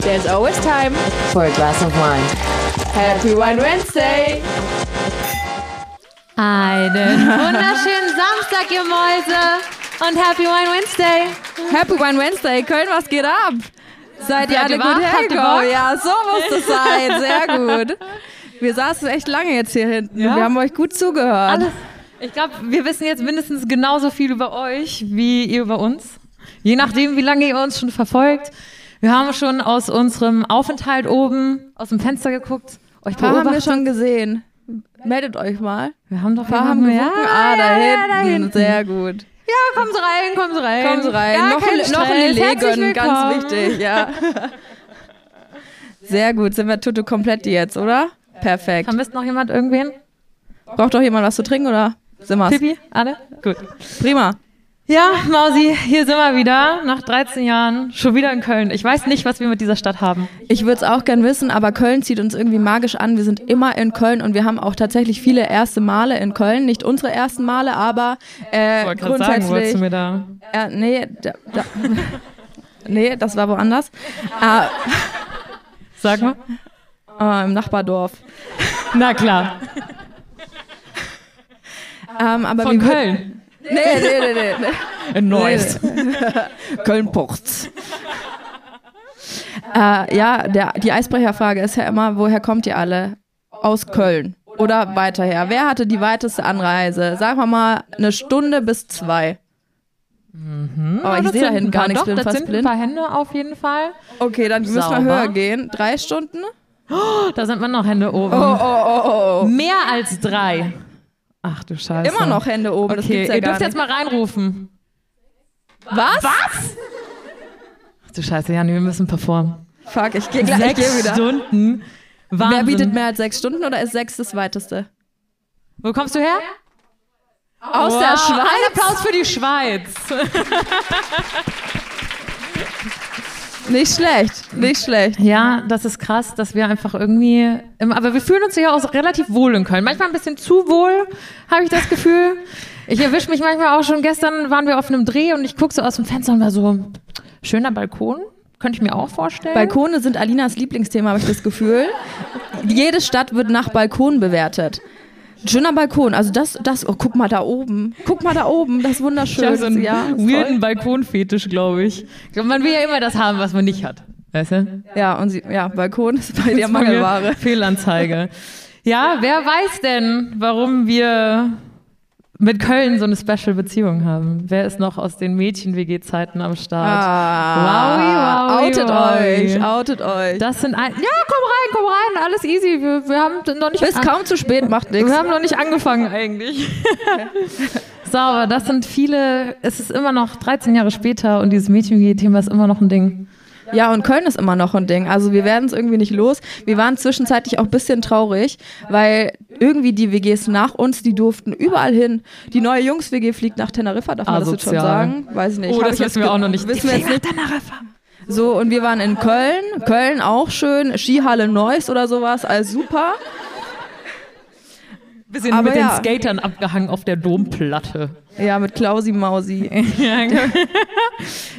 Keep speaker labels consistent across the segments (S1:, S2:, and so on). S1: There's always time
S2: for a glass of wine.
S1: Happy Wine Wednesday!
S3: Einen wunderschönen Samstag, ihr Mäuse! Und Happy Wine Wednesday!
S1: Happy Wine Wednesday! Köln, was geht ab? Seid ihr
S3: Seid
S1: alle
S3: ihr
S1: gut
S3: wach? Habt ihr
S1: hergekommen?
S3: Bock?
S1: Ja, so muss das sein. Sehr gut. Wir saßen echt lange jetzt hier hinten.
S3: Ja.
S1: Wir haben euch gut zugehört.
S3: Alles. Ich glaube, wir wissen jetzt mindestens genauso viel über euch, wie ihr über uns. Je nachdem, wie lange ihr uns schon verfolgt. Wir haben schon aus unserem Aufenthalt oben aus dem Fenster geguckt. Euch
S1: Ein paar haben wir
S3: beobachtet.
S1: schon gesehen. Meldet euch mal.
S3: Wir haben doch
S1: Ein paar haben
S3: jemanden-
S1: gewunken. ah, da, hinten.
S3: da hinten.
S1: Sehr gut.
S3: Ja, kommen Sie rein, kommen Sie rein.
S1: Kommen Sie rein.
S3: Gar
S1: noch,
S3: kein
S1: in, noch
S3: Stress.
S1: in die Lee
S3: Herzlich
S1: gönnen, ganz
S3: willkommen.
S1: wichtig, ja. Sehr gut. Sind wir tutto komplett jetzt, oder? Perfekt.
S3: Vermisst noch jemand irgendwen?
S1: Braucht doch jemand was zu trinken, oder? Sind wir's?
S3: Pipi? Alle? Gut.
S1: Prima.
S3: Ja, Mausi, hier sind wir wieder, nach 13 Jahren, schon wieder in Köln. Ich weiß nicht, was wir mit dieser Stadt haben.
S1: Ich würde es auch gern wissen, aber Köln zieht uns irgendwie magisch an. Wir sind immer in Köln und wir haben auch tatsächlich viele erste Male in Köln. Nicht unsere ersten Male, aber äh, grundsätzlich.
S3: mir da?
S1: äh, nee, da, da, nee, das war woanders. Äh,
S3: Sag mal.
S1: äh, Im Nachbardorf.
S3: Na klar,
S1: Ähm, aber
S3: von
S1: wir wür-
S3: Köln.
S1: Nee, nee, nee, nee. nee.
S3: In
S1: Köln-Porz. äh, ja, der, die Eisbrecherfrage ist ja immer, woher kommt ihr alle? Aus Köln oder weiterher. Wer hatte die weiteste Anreise? Sagen wir mal eine Stunde bis zwei.
S3: Mhm.
S1: Aber ich sehe da hinten gar nichts, bin
S3: Hm, Doch, das
S1: fast
S3: sind ein
S1: blind.
S3: paar Hände auf jeden Fall.
S1: Okay, dann müssen wir
S3: Sauber.
S1: höher gehen. Drei Stunden?
S3: Oh, Da sind immer noch Hände oben.
S1: Oh, oh, oh, oh. oh.
S3: Mehr als drei. Ach du Scheiße.
S1: Immer noch Hände oben, das
S3: Hm. Okay,
S1: gibt's ja
S3: ihr
S1: gar
S3: dürft jetzt
S1: nicht.
S3: mal reinrufen.
S1: Was? Was?
S3: Ach du Scheiße, Janni, wir müssen performen.
S1: Fuck, ich gehe gleich ich geh
S3: Sechs
S1: wieder.
S3: Stunden. Wahnsinn.
S1: Wer bietet mehr als sechs Stunden oder ist sechs das weiteste?
S3: Wo kommst du her?
S1: Aus
S3: Wow,
S1: der Schweiz?
S3: Ein Applaus für die Schweiz.
S1: Nicht schlecht, nicht schlecht.
S3: Ja, das ist krass, dass wir einfach irgendwie. im- Aber wir fühlen uns ja auch relativ wohl in Köln. Manchmal ein bisschen zu wohl, habe ich das Gefühl. Ich erwische mich manchmal auch schon. Gestern waren wir auf einem Dreh und ich gucke so aus dem Fenster und war so: schöner Balkon. Könnte ich mir auch vorstellen.
S1: Balkone sind Alinas Lieblingsthema, habe ich das Gefühl. Jede Stadt wird nach Balkon bewertet. Ein Schöner Balkon, also das, das, oh, guck mal da oben. Guck mal da oben, das ist
S3: ich
S1: wunderschön.
S3: habe so einen
S1: ja, ist
S3: weirden Balkonfetisch, glaube ich. ich glaub, man will ja immer das haben, was man nicht hat. Weißt du?
S1: toll. ja, und sie, ja, Balkon ist bei dir
S3: Jetzt machen wir
S1: Mangelware.
S3: Fehlanzeige. Ja, wer weiß denn, warum wir mit Köln so eine Special-Beziehung haben? Wer ist noch aus den Mädchen-WG-Zeiten am Start?
S1: Ah,
S3: Wowi, wowi,
S1: outet
S3: wowi.
S1: euch, outet euch.
S3: Das sind ein. Ja, komm rein, komm rein, alles easy. Wir, wir haben noch nicht.
S1: Bist kaum zu spät, macht nichts.
S3: wir haben noch nicht angefangen eigentlich. so, aber das sind viele. Es ist immer noch 13 Jahre später und dieses Mädchen-WG-Thema ist immer noch ein Ding.
S1: Ja, und Köln ist immer noch ein Ding. Also wir werden es irgendwie nicht los. Wir waren zwischenzeitlich auch ein bisschen traurig, weil irgendwie die WGs nach uns, die durften überall hin. Die neue Jungs-WG fliegt nach Teneriffa, darf man das jetzt schon
S3: Asozial.
S1: sagen? Weiß nicht.
S3: Oh,
S1: Hab
S3: das
S1: ich jetzt
S3: wissen wir
S1: ge-
S3: auch noch nicht.
S1: Wissen wir jetzt nicht. So, und wir waren in Köln. Köln auch schön. Skihalle Neuss oder sowas. Alles super.
S3: Bisschen
S1: Aber
S3: mit
S1: ja.
S3: den Skatern abgehangen auf der Domplatte.
S1: Ja, mit Klausi Mausi.
S3: genau.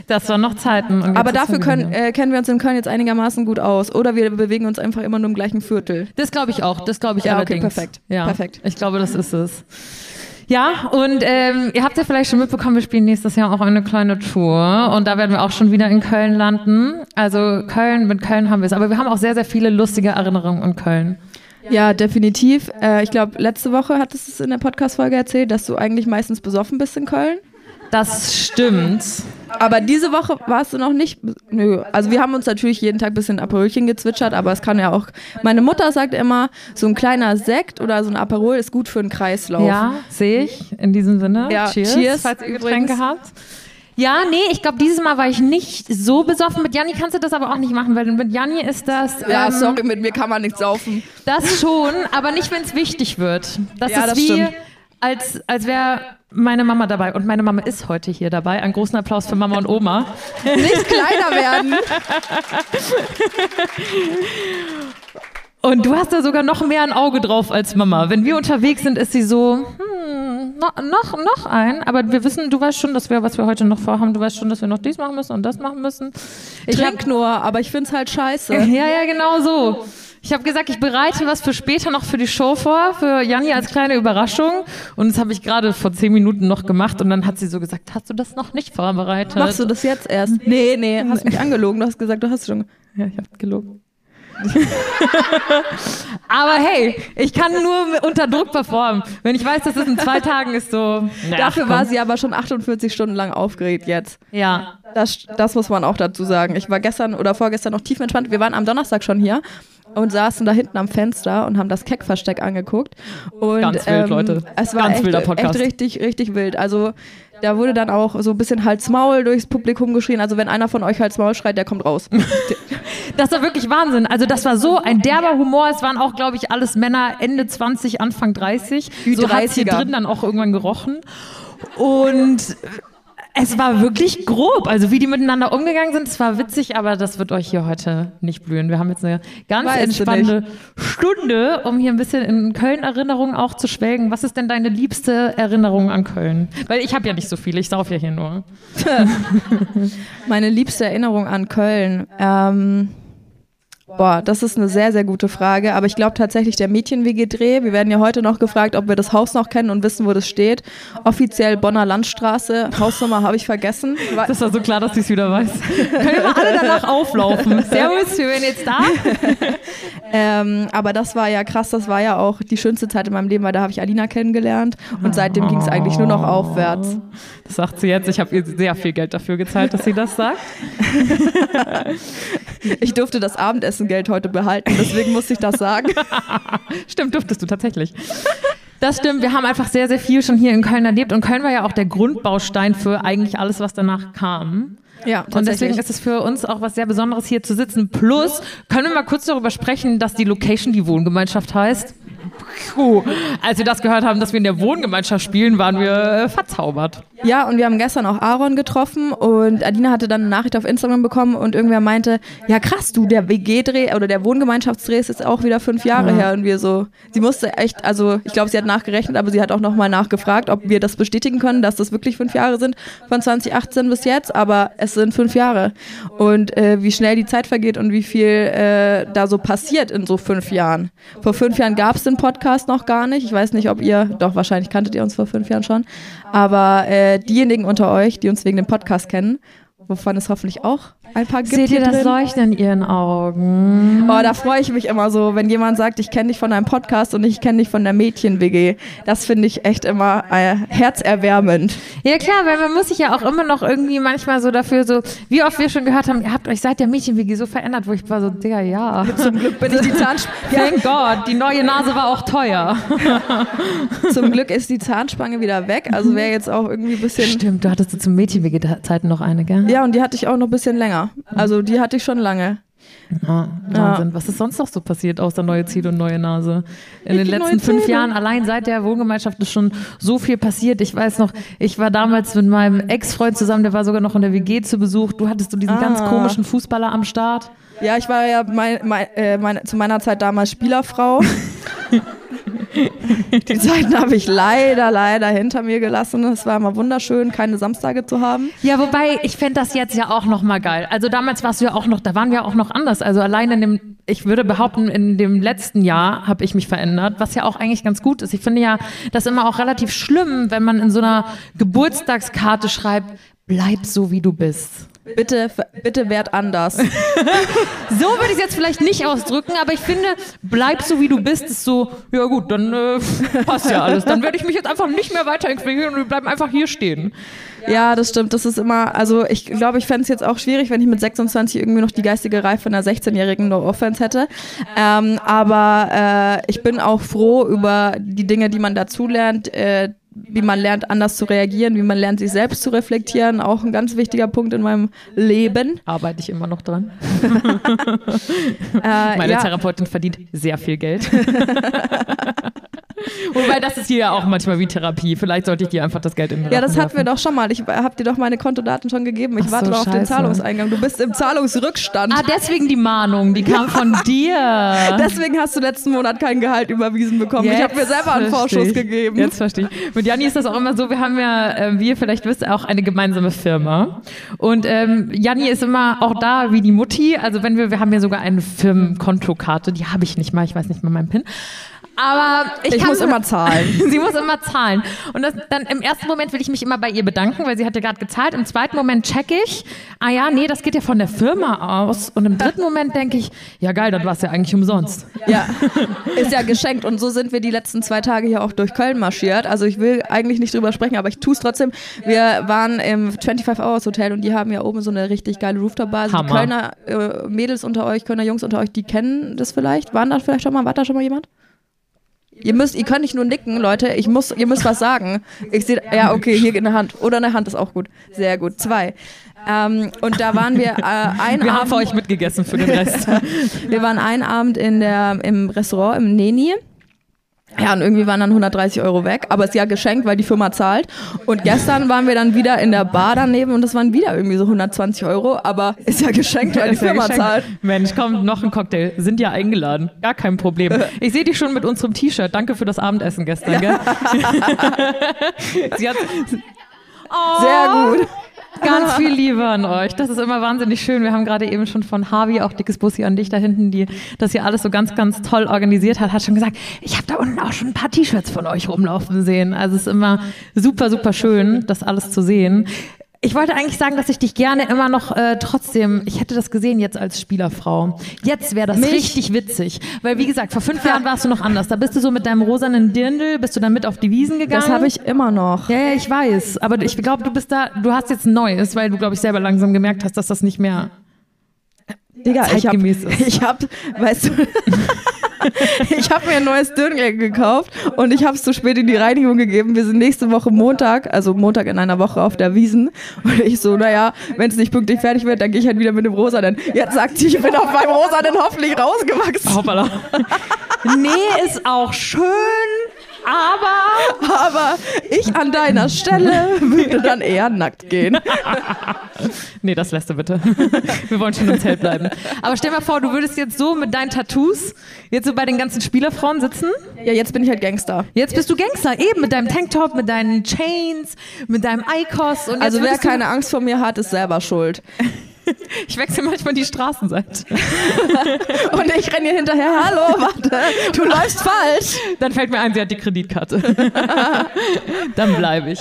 S3: Das waren noch Zeiten. und jetzt
S1: Aber
S3: ist
S1: dafür
S3: man
S1: können,
S3: wieder-
S1: äh, kennen wir uns in Köln jetzt einigermaßen gut aus. Oder wir bewegen uns einfach immer nur im gleichen Viertel.
S3: Das glaube ich auch. Das glaube ich
S1: Ja, okay,
S3: allerdings.
S1: perfekt,
S3: Ja,
S1: perfekt.
S3: Ich glaube, das ist es. Ja, und ähm, ihr habt ja vielleicht schon mitbekommen, wir spielen nächstes Jahr auch eine kleine Tour. Und da werden wir auch schon wieder in Köln landen. Also Köln, mit Köln haben wir es. Aber wir haben auch sehr, sehr viele lustige Erinnerungen an Köln.
S1: Ja, definitiv. Äh, ich glaube, letzte Woche hattest du es in der Podcast-Folge erzählt, dass du eigentlich meistens besoffen bist in Köln.
S3: Das stimmt.
S1: Aber diese Woche warst du noch nicht. bes- Nö. Also, wir haben uns natürlich jeden Tag ein bisschen Aperolchen gezwitschert, aber es kann ja auch. Meine Mutter sagt immer, so ein kleiner Sekt oder so ein Aperol ist gut für einen Kreislauf.
S3: Ja, sehe ich. In diesem Sinne.
S1: Ja,
S3: cheers,
S1: cheers,
S3: falls ihr
S1: übrigens.
S3: Getränke habt. Ja, nee, ich glaube, dieses Mal war ich nicht so besoffen. Mit Janni kannst du das aber auch nicht machen, weil mit Janni ist das.
S1: Ja,
S3: ähm,
S1: sorry, mit mir kann man nichts saufen.
S3: Das schon, aber nicht, wenn es wichtig wird. Das
S1: Ja,
S3: ist
S1: das
S3: wie,
S1: stimmt.
S3: als, als wäre meine Mama dabei. Und meine Mama ist heute hier dabei. Einen großen Applaus für Mama und Oma.
S1: Nicht kleiner werden.
S3: Und du hast da sogar noch mehr ein Auge drauf als Mama. Wenn wir unterwegs sind, ist sie so, hm, noch, noch, noch ein, aber wir wissen, du weißt schon, dass wir, was wir heute noch vorhaben, du weißt schon, dass wir noch dies machen müssen und das machen müssen.
S1: Ich Trink nur, aber ich find's halt scheiße.
S3: Ja, ja, genau so. Ich habe gesagt, ich bereite was für später noch für die Show vor, für Janni als kleine Überraschung. Und das habe ich gerade vor zehn Minuten noch gemacht. Und dann hat sie so gesagt, hast du das noch nicht vorbereitet?
S1: Machst du das jetzt erst? Nee, nee, hast mich angelogen. Du hast gesagt, du hast schon.
S3: Ja, ich habe gelogen. Aber hey, ich kann nur unter Druck performen. Wenn ich weiß, dass es in zwei Tagen ist, so. Na,
S1: Dafür
S3: komm.
S1: war sie aber schon 48 Stunden lang aufgeregt jetzt.
S3: Ja.
S1: Das, das muss man auch dazu sagen. Ich war gestern oder vorgestern noch tief entspannt. Wir waren am Donnerstag schon hier und saßen da hinten am Fenster und haben das Keckversteck angeguckt. Und, ähm,
S3: Ganz wild, Leute.
S1: Es war
S3: Ganz
S1: echt,
S3: wilder Podcast.
S1: echt richtig, richtig wild. Also da wurde dann auch so ein bisschen Hals-Maul durchs Publikum geschrien. Also wenn einer von euch Hals-Maul schreit, der kommt raus.
S3: Das war wirklich Wahnsinn. Also, das war so ein derber Humor. Es waren auch, glaube ich, alles Männer Ende 20, Anfang 30.
S1: Die
S3: so hat's hier
S1: 30er.
S3: drin dann auch irgendwann gerochen. Und es war wirklich grob. Also, wie die miteinander umgegangen sind, es war witzig, aber das wird euch hier heute nicht blühen. Wir haben jetzt eine ganz
S1: Weißt du
S3: entspannte Stunde, um hier ein bisschen in Köln-Erinnerungen auch zu schwelgen. Was ist denn deine liebste Erinnerung an Köln? Weil ich habe ja nicht so viele, ich sauf ja hier nur.
S1: Meine liebste Erinnerung an Köln. Ähm, boah, das ist eine sehr, sehr gute Frage. Aber ich glaube tatsächlich der Mädchen-WG-Dreh. Wir werden ja heute noch gefragt, ob wir das Haus noch kennen und wissen, wo das steht. Offiziell Bonner Landstraße. Hausnummer habe ich vergessen. Wa-
S3: Das war so klar, dass ich es wieder weiß. Können wir alle danach auflaufen. Servus, wir sind jetzt da.
S1: Ähm, aber das war ja krass. Das war ja auch die schönste Zeit in meinem Leben, weil da habe ich Alina kennengelernt. Und seitdem ging es eigentlich nur noch aufwärts.
S3: Das sagt sie jetzt. Ich habe ihr sehr viel Geld dafür gezahlt, dass sie das sagt.
S1: Ich durfte das Abendessengeld heute behalten. Deswegen musste ich das sagen.
S3: Stimmt, durftest du tatsächlich. Das stimmt, wir haben einfach sehr, sehr viel schon hier in Köln erlebt und Köln war ja auch der Grundbaustein für eigentlich alles, was danach kam.
S1: Ja,
S3: Und deswegen
S1: tatsächlich.
S3: ist es für uns auch was sehr Besonderes, hier zu sitzen. Plus, können wir mal kurz darüber sprechen, dass die Location die Wohngemeinschaft heißt? Puh. Als wir das gehört haben, dass wir in der Wohngemeinschaft spielen, waren wir äh, verzaubert.
S1: Ja, und wir haben gestern auch Aaron getroffen und Adina hatte dann eine Nachricht auf Instagram bekommen und irgendwer meinte, ja krass, du, der WG-Dreh oder der Wohngemeinschaftsdreh ist jetzt auch wieder fünf Jahre her und wir so, sie musste echt, also ich glaube, sie hat nachgerechnet, aber sie hat auch nochmal nachgefragt, ob wir das bestätigen können, dass das wirklich fünf Jahre sind, von 2018 bis jetzt, aber es sind fünf Jahre. Und äh, wie schnell die Zeit vergeht und wie viel äh, da so passiert in so fünf Jahren. Vor fünf Jahren gab es den Podcast noch gar nicht. Ich weiß nicht, ob ihr, doch wahrscheinlich kanntet ihr uns vor fünf Jahren schon. Aber äh, diejenigen unter euch, die uns wegen dem Podcast kennen, wovon es hoffentlich auch ein paar gibt.
S3: Seht ihr
S1: hier
S3: das
S1: drin.
S3: Leuchten in ihren Augen?
S1: Oh, da freue ich mich immer so, wenn jemand sagt, ich kenne dich von deinem Podcast und ich kenne dich von der Mädchen-WG. Das finde ich echt immer äh, herzerwärmend.
S3: Ja klar, weil man muss sich ja auch immer noch irgendwie manchmal so dafür so, wie oft wir schon gehört haben, ihr habt euch seit der Mädchen-WG so verändert, wo ich war so, Digga, ja.
S1: Zum Glück bin ich die Zahnspitze.
S3: Thank God, die neue Nase war auch teuer.
S1: Zum Glück ist die Zahnspange wieder weg. Also wäre jetzt auch irgendwie ein bisschen.
S3: Stimmt, du hattest zum Mädchen-WG-Zeiten noch eine, gell?
S1: Ja, und die hatte ich auch noch ein bisschen länger. Also die hatte ich schon lange.
S3: Ah, Wahnsinn. Was ist sonst noch so passiert, außer neue Ziele und neue Nase? In den
S1: Die
S3: letzten
S1: neuen
S3: fünf
S1: Zähne.
S3: Jahren, allein seit der Wohngemeinschaft, ist schon so viel passiert. Ich weiß noch, ich war damals mit meinem Ex-Freund zusammen, der war sogar noch in der WG zu Besuch. Du hattest so diesen ganz
S1: Ah.
S3: komischen Fußballer am Start.
S1: Ja, ich war ja mein, mein, äh, meine, zu meiner Zeit damals Spielerfrau. die Zeiten habe ich leider, leider hinter mir gelassen. Es war immer wunderschön, keine Samstage zu haben.
S3: Ja, wobei, ich fänd das jetzt ja auch nochmal geil. Also damals warst du ja auch noch, da waren wir auch noch anders. Also allein in dem, ich würde behaupten, in dem letzten Jahr habe ich mich verändert, was ja auch eigentlich ganz gut ist. Ich finde ja das immer auch relativ schlimm, wenn man in so einer Geburtstagskarte schreibt, bleib so wie du bist.
S1: Bitte, ver- bitte werd anders.
S3: So würde ich es jetzt vielleicht nicht ausdrücken, aber ich finde, bleib so wie du bist, ist so, ja gut, dann äh, passt ja alles. Dann werde ich mich jetzt einfach nicht mehr weiterentwickeln und wir bleiben einfach hier stehen.
S1: Ja, das stimmt. Das ist immer, also ich glaube, ich fände es jetzt auch schwierig, wenn ich mit 26 irgendwie noch die geistige Reife einer 16-jährigen No Offense hätte. Ähm, aber äh, ich bin auch froh über die Dinge, die man dazulernt, äh, wie man lernt, anders zu reagieren, wie man lernt, sich selbst zu reflektieren. Auch ein ganz wichtiger Punkt in meinem Leben.
S3: Arbeite ich immer noch dran.
S1: Äh,
S3: Meine
S1: ja,
S3: Äh, Therapeutin verdient sehr viel Geld. Wobei das ist hier ja auch manchmal wie Therapie. Vielleicht sollte ich dir einfach das Geld in den
S1: Ja, das
S3: Rachen
S1: hatten wir
S3: werfen.
S1: doch schon mal. Ich habe dir doch meine Kontodaten schon gegeben. Ich
S3: Ach
S1: warte
S3: so,
S1: noch auf den
S3: scheiße.
S1: Zahlungseingang. Du bist im Zahlungsrückstand.
S3: Ah, deswegen die Mahnung, die kam von dir.
S1: Deswegen hast du letzten Monat kein Gehalt überwiesen bekommen. ich habe mir
S3: Jetzt
S1: selber einen
S3: verstehe
S1: Vorschuss
S3: ich.
S1: gegeben.
S3: Jetzt verstehe ich. Mit Janni ist das auch immer so, wir haben ja, äh, wie ihr vielleicht wisst, auch eine gemeinsame Firma. Und ähm, Janni ist immer auch da wie die Mutti. Also wenn wir, wir haben ja sogar eine Firmenkontokarte, die habe ich nicht mal, ich weiß nicht mal meinen PIN. Aber ich,
S1: ich
S3: kann
S1: muss immer zahlen.
S3: sie muss immer zahlen. Und das, dann im ersten Moment will ich mich immer bei ihr bedanken, weil sie hat ja gerade gezahlt. Im zweiten Moment check ich, ah ja, nee, das geht ja von der Firma aus. Und im dritten Moment denke ich, ja geil, dann war es ja eigentlich umsonst.
S1: Ja, ist ja geschenkt. Und so sind wir die letzten zwei Tage hier auch durch Köln marschiert. Also ich will eigentlich nicht drüber sprechen, aber ich tue es trotzdem. Wir waren im 25-Hours-Hotel und die haben ja oben so eine richtig geile Rooftop-Bar. Also die
S3: Hammer.
S1: Kölner äh, Mädels unter euch, Kölner Jungs unter euch, die kennen das vielleicht. Waren da vielleicht schon mal, war da schon mal jemand? Ihr müsst, ihr könnt nicht nur nicken, Leute. Ich muss, ihr müsst was sagen. Ich sehe, ja, okay, hier eine Hand. Oder eine Hand ist auch gut. Sehr gut. Zwei. Ähm, und da waren wir äh, ein
S3: Wir haben
S1: Abend
S3: für euch mitgegessen für den Rest.
S1: wir waren einen Abend in der, im Restaurant im Neni. Ja, und irgendwie waren dann 130 Euro weg, aber ist ja geschenkt, weil die Firma zahlt. Und gestern waren wir dann wieder in der Bar daneben und das waren wieder irgendwie so 120 Euro, aber ist ja geschenkt, weil die
S3: Ist ja
S1: Firma
S3: geschenkt.
S1: zahlt.
S3: Mensch, komm, noch ein Cocktail. Sind ja eingeladen. Gar kein Problem. Ich sehe dich schon mit unserem T-Shirt. Danke für das Abendessen gestern, gell? Sie hat oh,
S1: Sehr gut.
S3: Ganz viel Liebe an euch. Das ist immer wahnsinnig schön. Wir haben gerade eben schon von Harvey, auch dickes Bussi an dich da hinten, die das hier alles so ganz, ganz toll organisiert hat, hat schon gesagt, ich habe da unten auch schon ein paar T-Shirts von euch rumlaufen sehen. Also es ist immer super, super schön, das alles zu sehen. Ich wollte eigentlich sagen, dass ich dich gerne immer noch äh, trotzdem, ich hätte das gesehen jetzt als Spielerfrau. Jetzt wäre das
S1: Mich?
S3: richtig witzig. Weil wie gesagt, vor fünf Jahren warst du noch anders. Da bist du so mit deinem rosanen Dirndl, bist du dann mit auf die Wiesen gegangen.
S1: Das habe ich immer noch.
S3: Ja, ja, ich weiß. Aber ich glaube, du bist da, du hast jetzt ein neues, weil du, glaube ich, selber langsam gemerkt hast, dass das nicht mehr.
S1: Digga, ich habe,
S3: zeitgemäß ist.
S1: ich hab, weißt du, ich habe mir ein neues Dürngel gekauft und ich habe es zu spät in die Reinigung gegeben. Wir sind nächste Woche Montag, also Montag in einer Woche auf der Wiesen. Und ich so, naja, wenn es nicht pünktlich fertig wird, dann gehe ich halt wieder mit dem Rosanen. Jetzt sagt sie, ich bin auf meinem Rosanen hoffentlich rausgewachsen.
S3: Hoppala. nee, ist auch schön, aber.
S1: Aber ich an deiner Stelle würde dann eher nackt gehen.
S3: Nee, das lässt du bitte. Wir wollen schon im Zelt bleiben. Aber stell mal vor, du würdest jetzt so mit deinen Tattoos jetzt so bei den ganzen Spielerfrauen sitzen.
S1: Ja, jetzt bin ich halt Gangster.
S3: Jetzt bist du Gangster, eben mit deinem Tanktop, mit deinen Chains, mit deinem Eikos. Und jetzt
S1: Also wer
S3: würdest du-
S1: keine Angst vor mir hat, ist selber schuld.
S3: Ich wechsle manchmal die Straßenseite.
S1: Und ich renne hier hinterher, hallo, warte, du läufst falsch.
S3: Dann fällt mir ein, sie hat die Kreditkarte. Dann bleibe ich.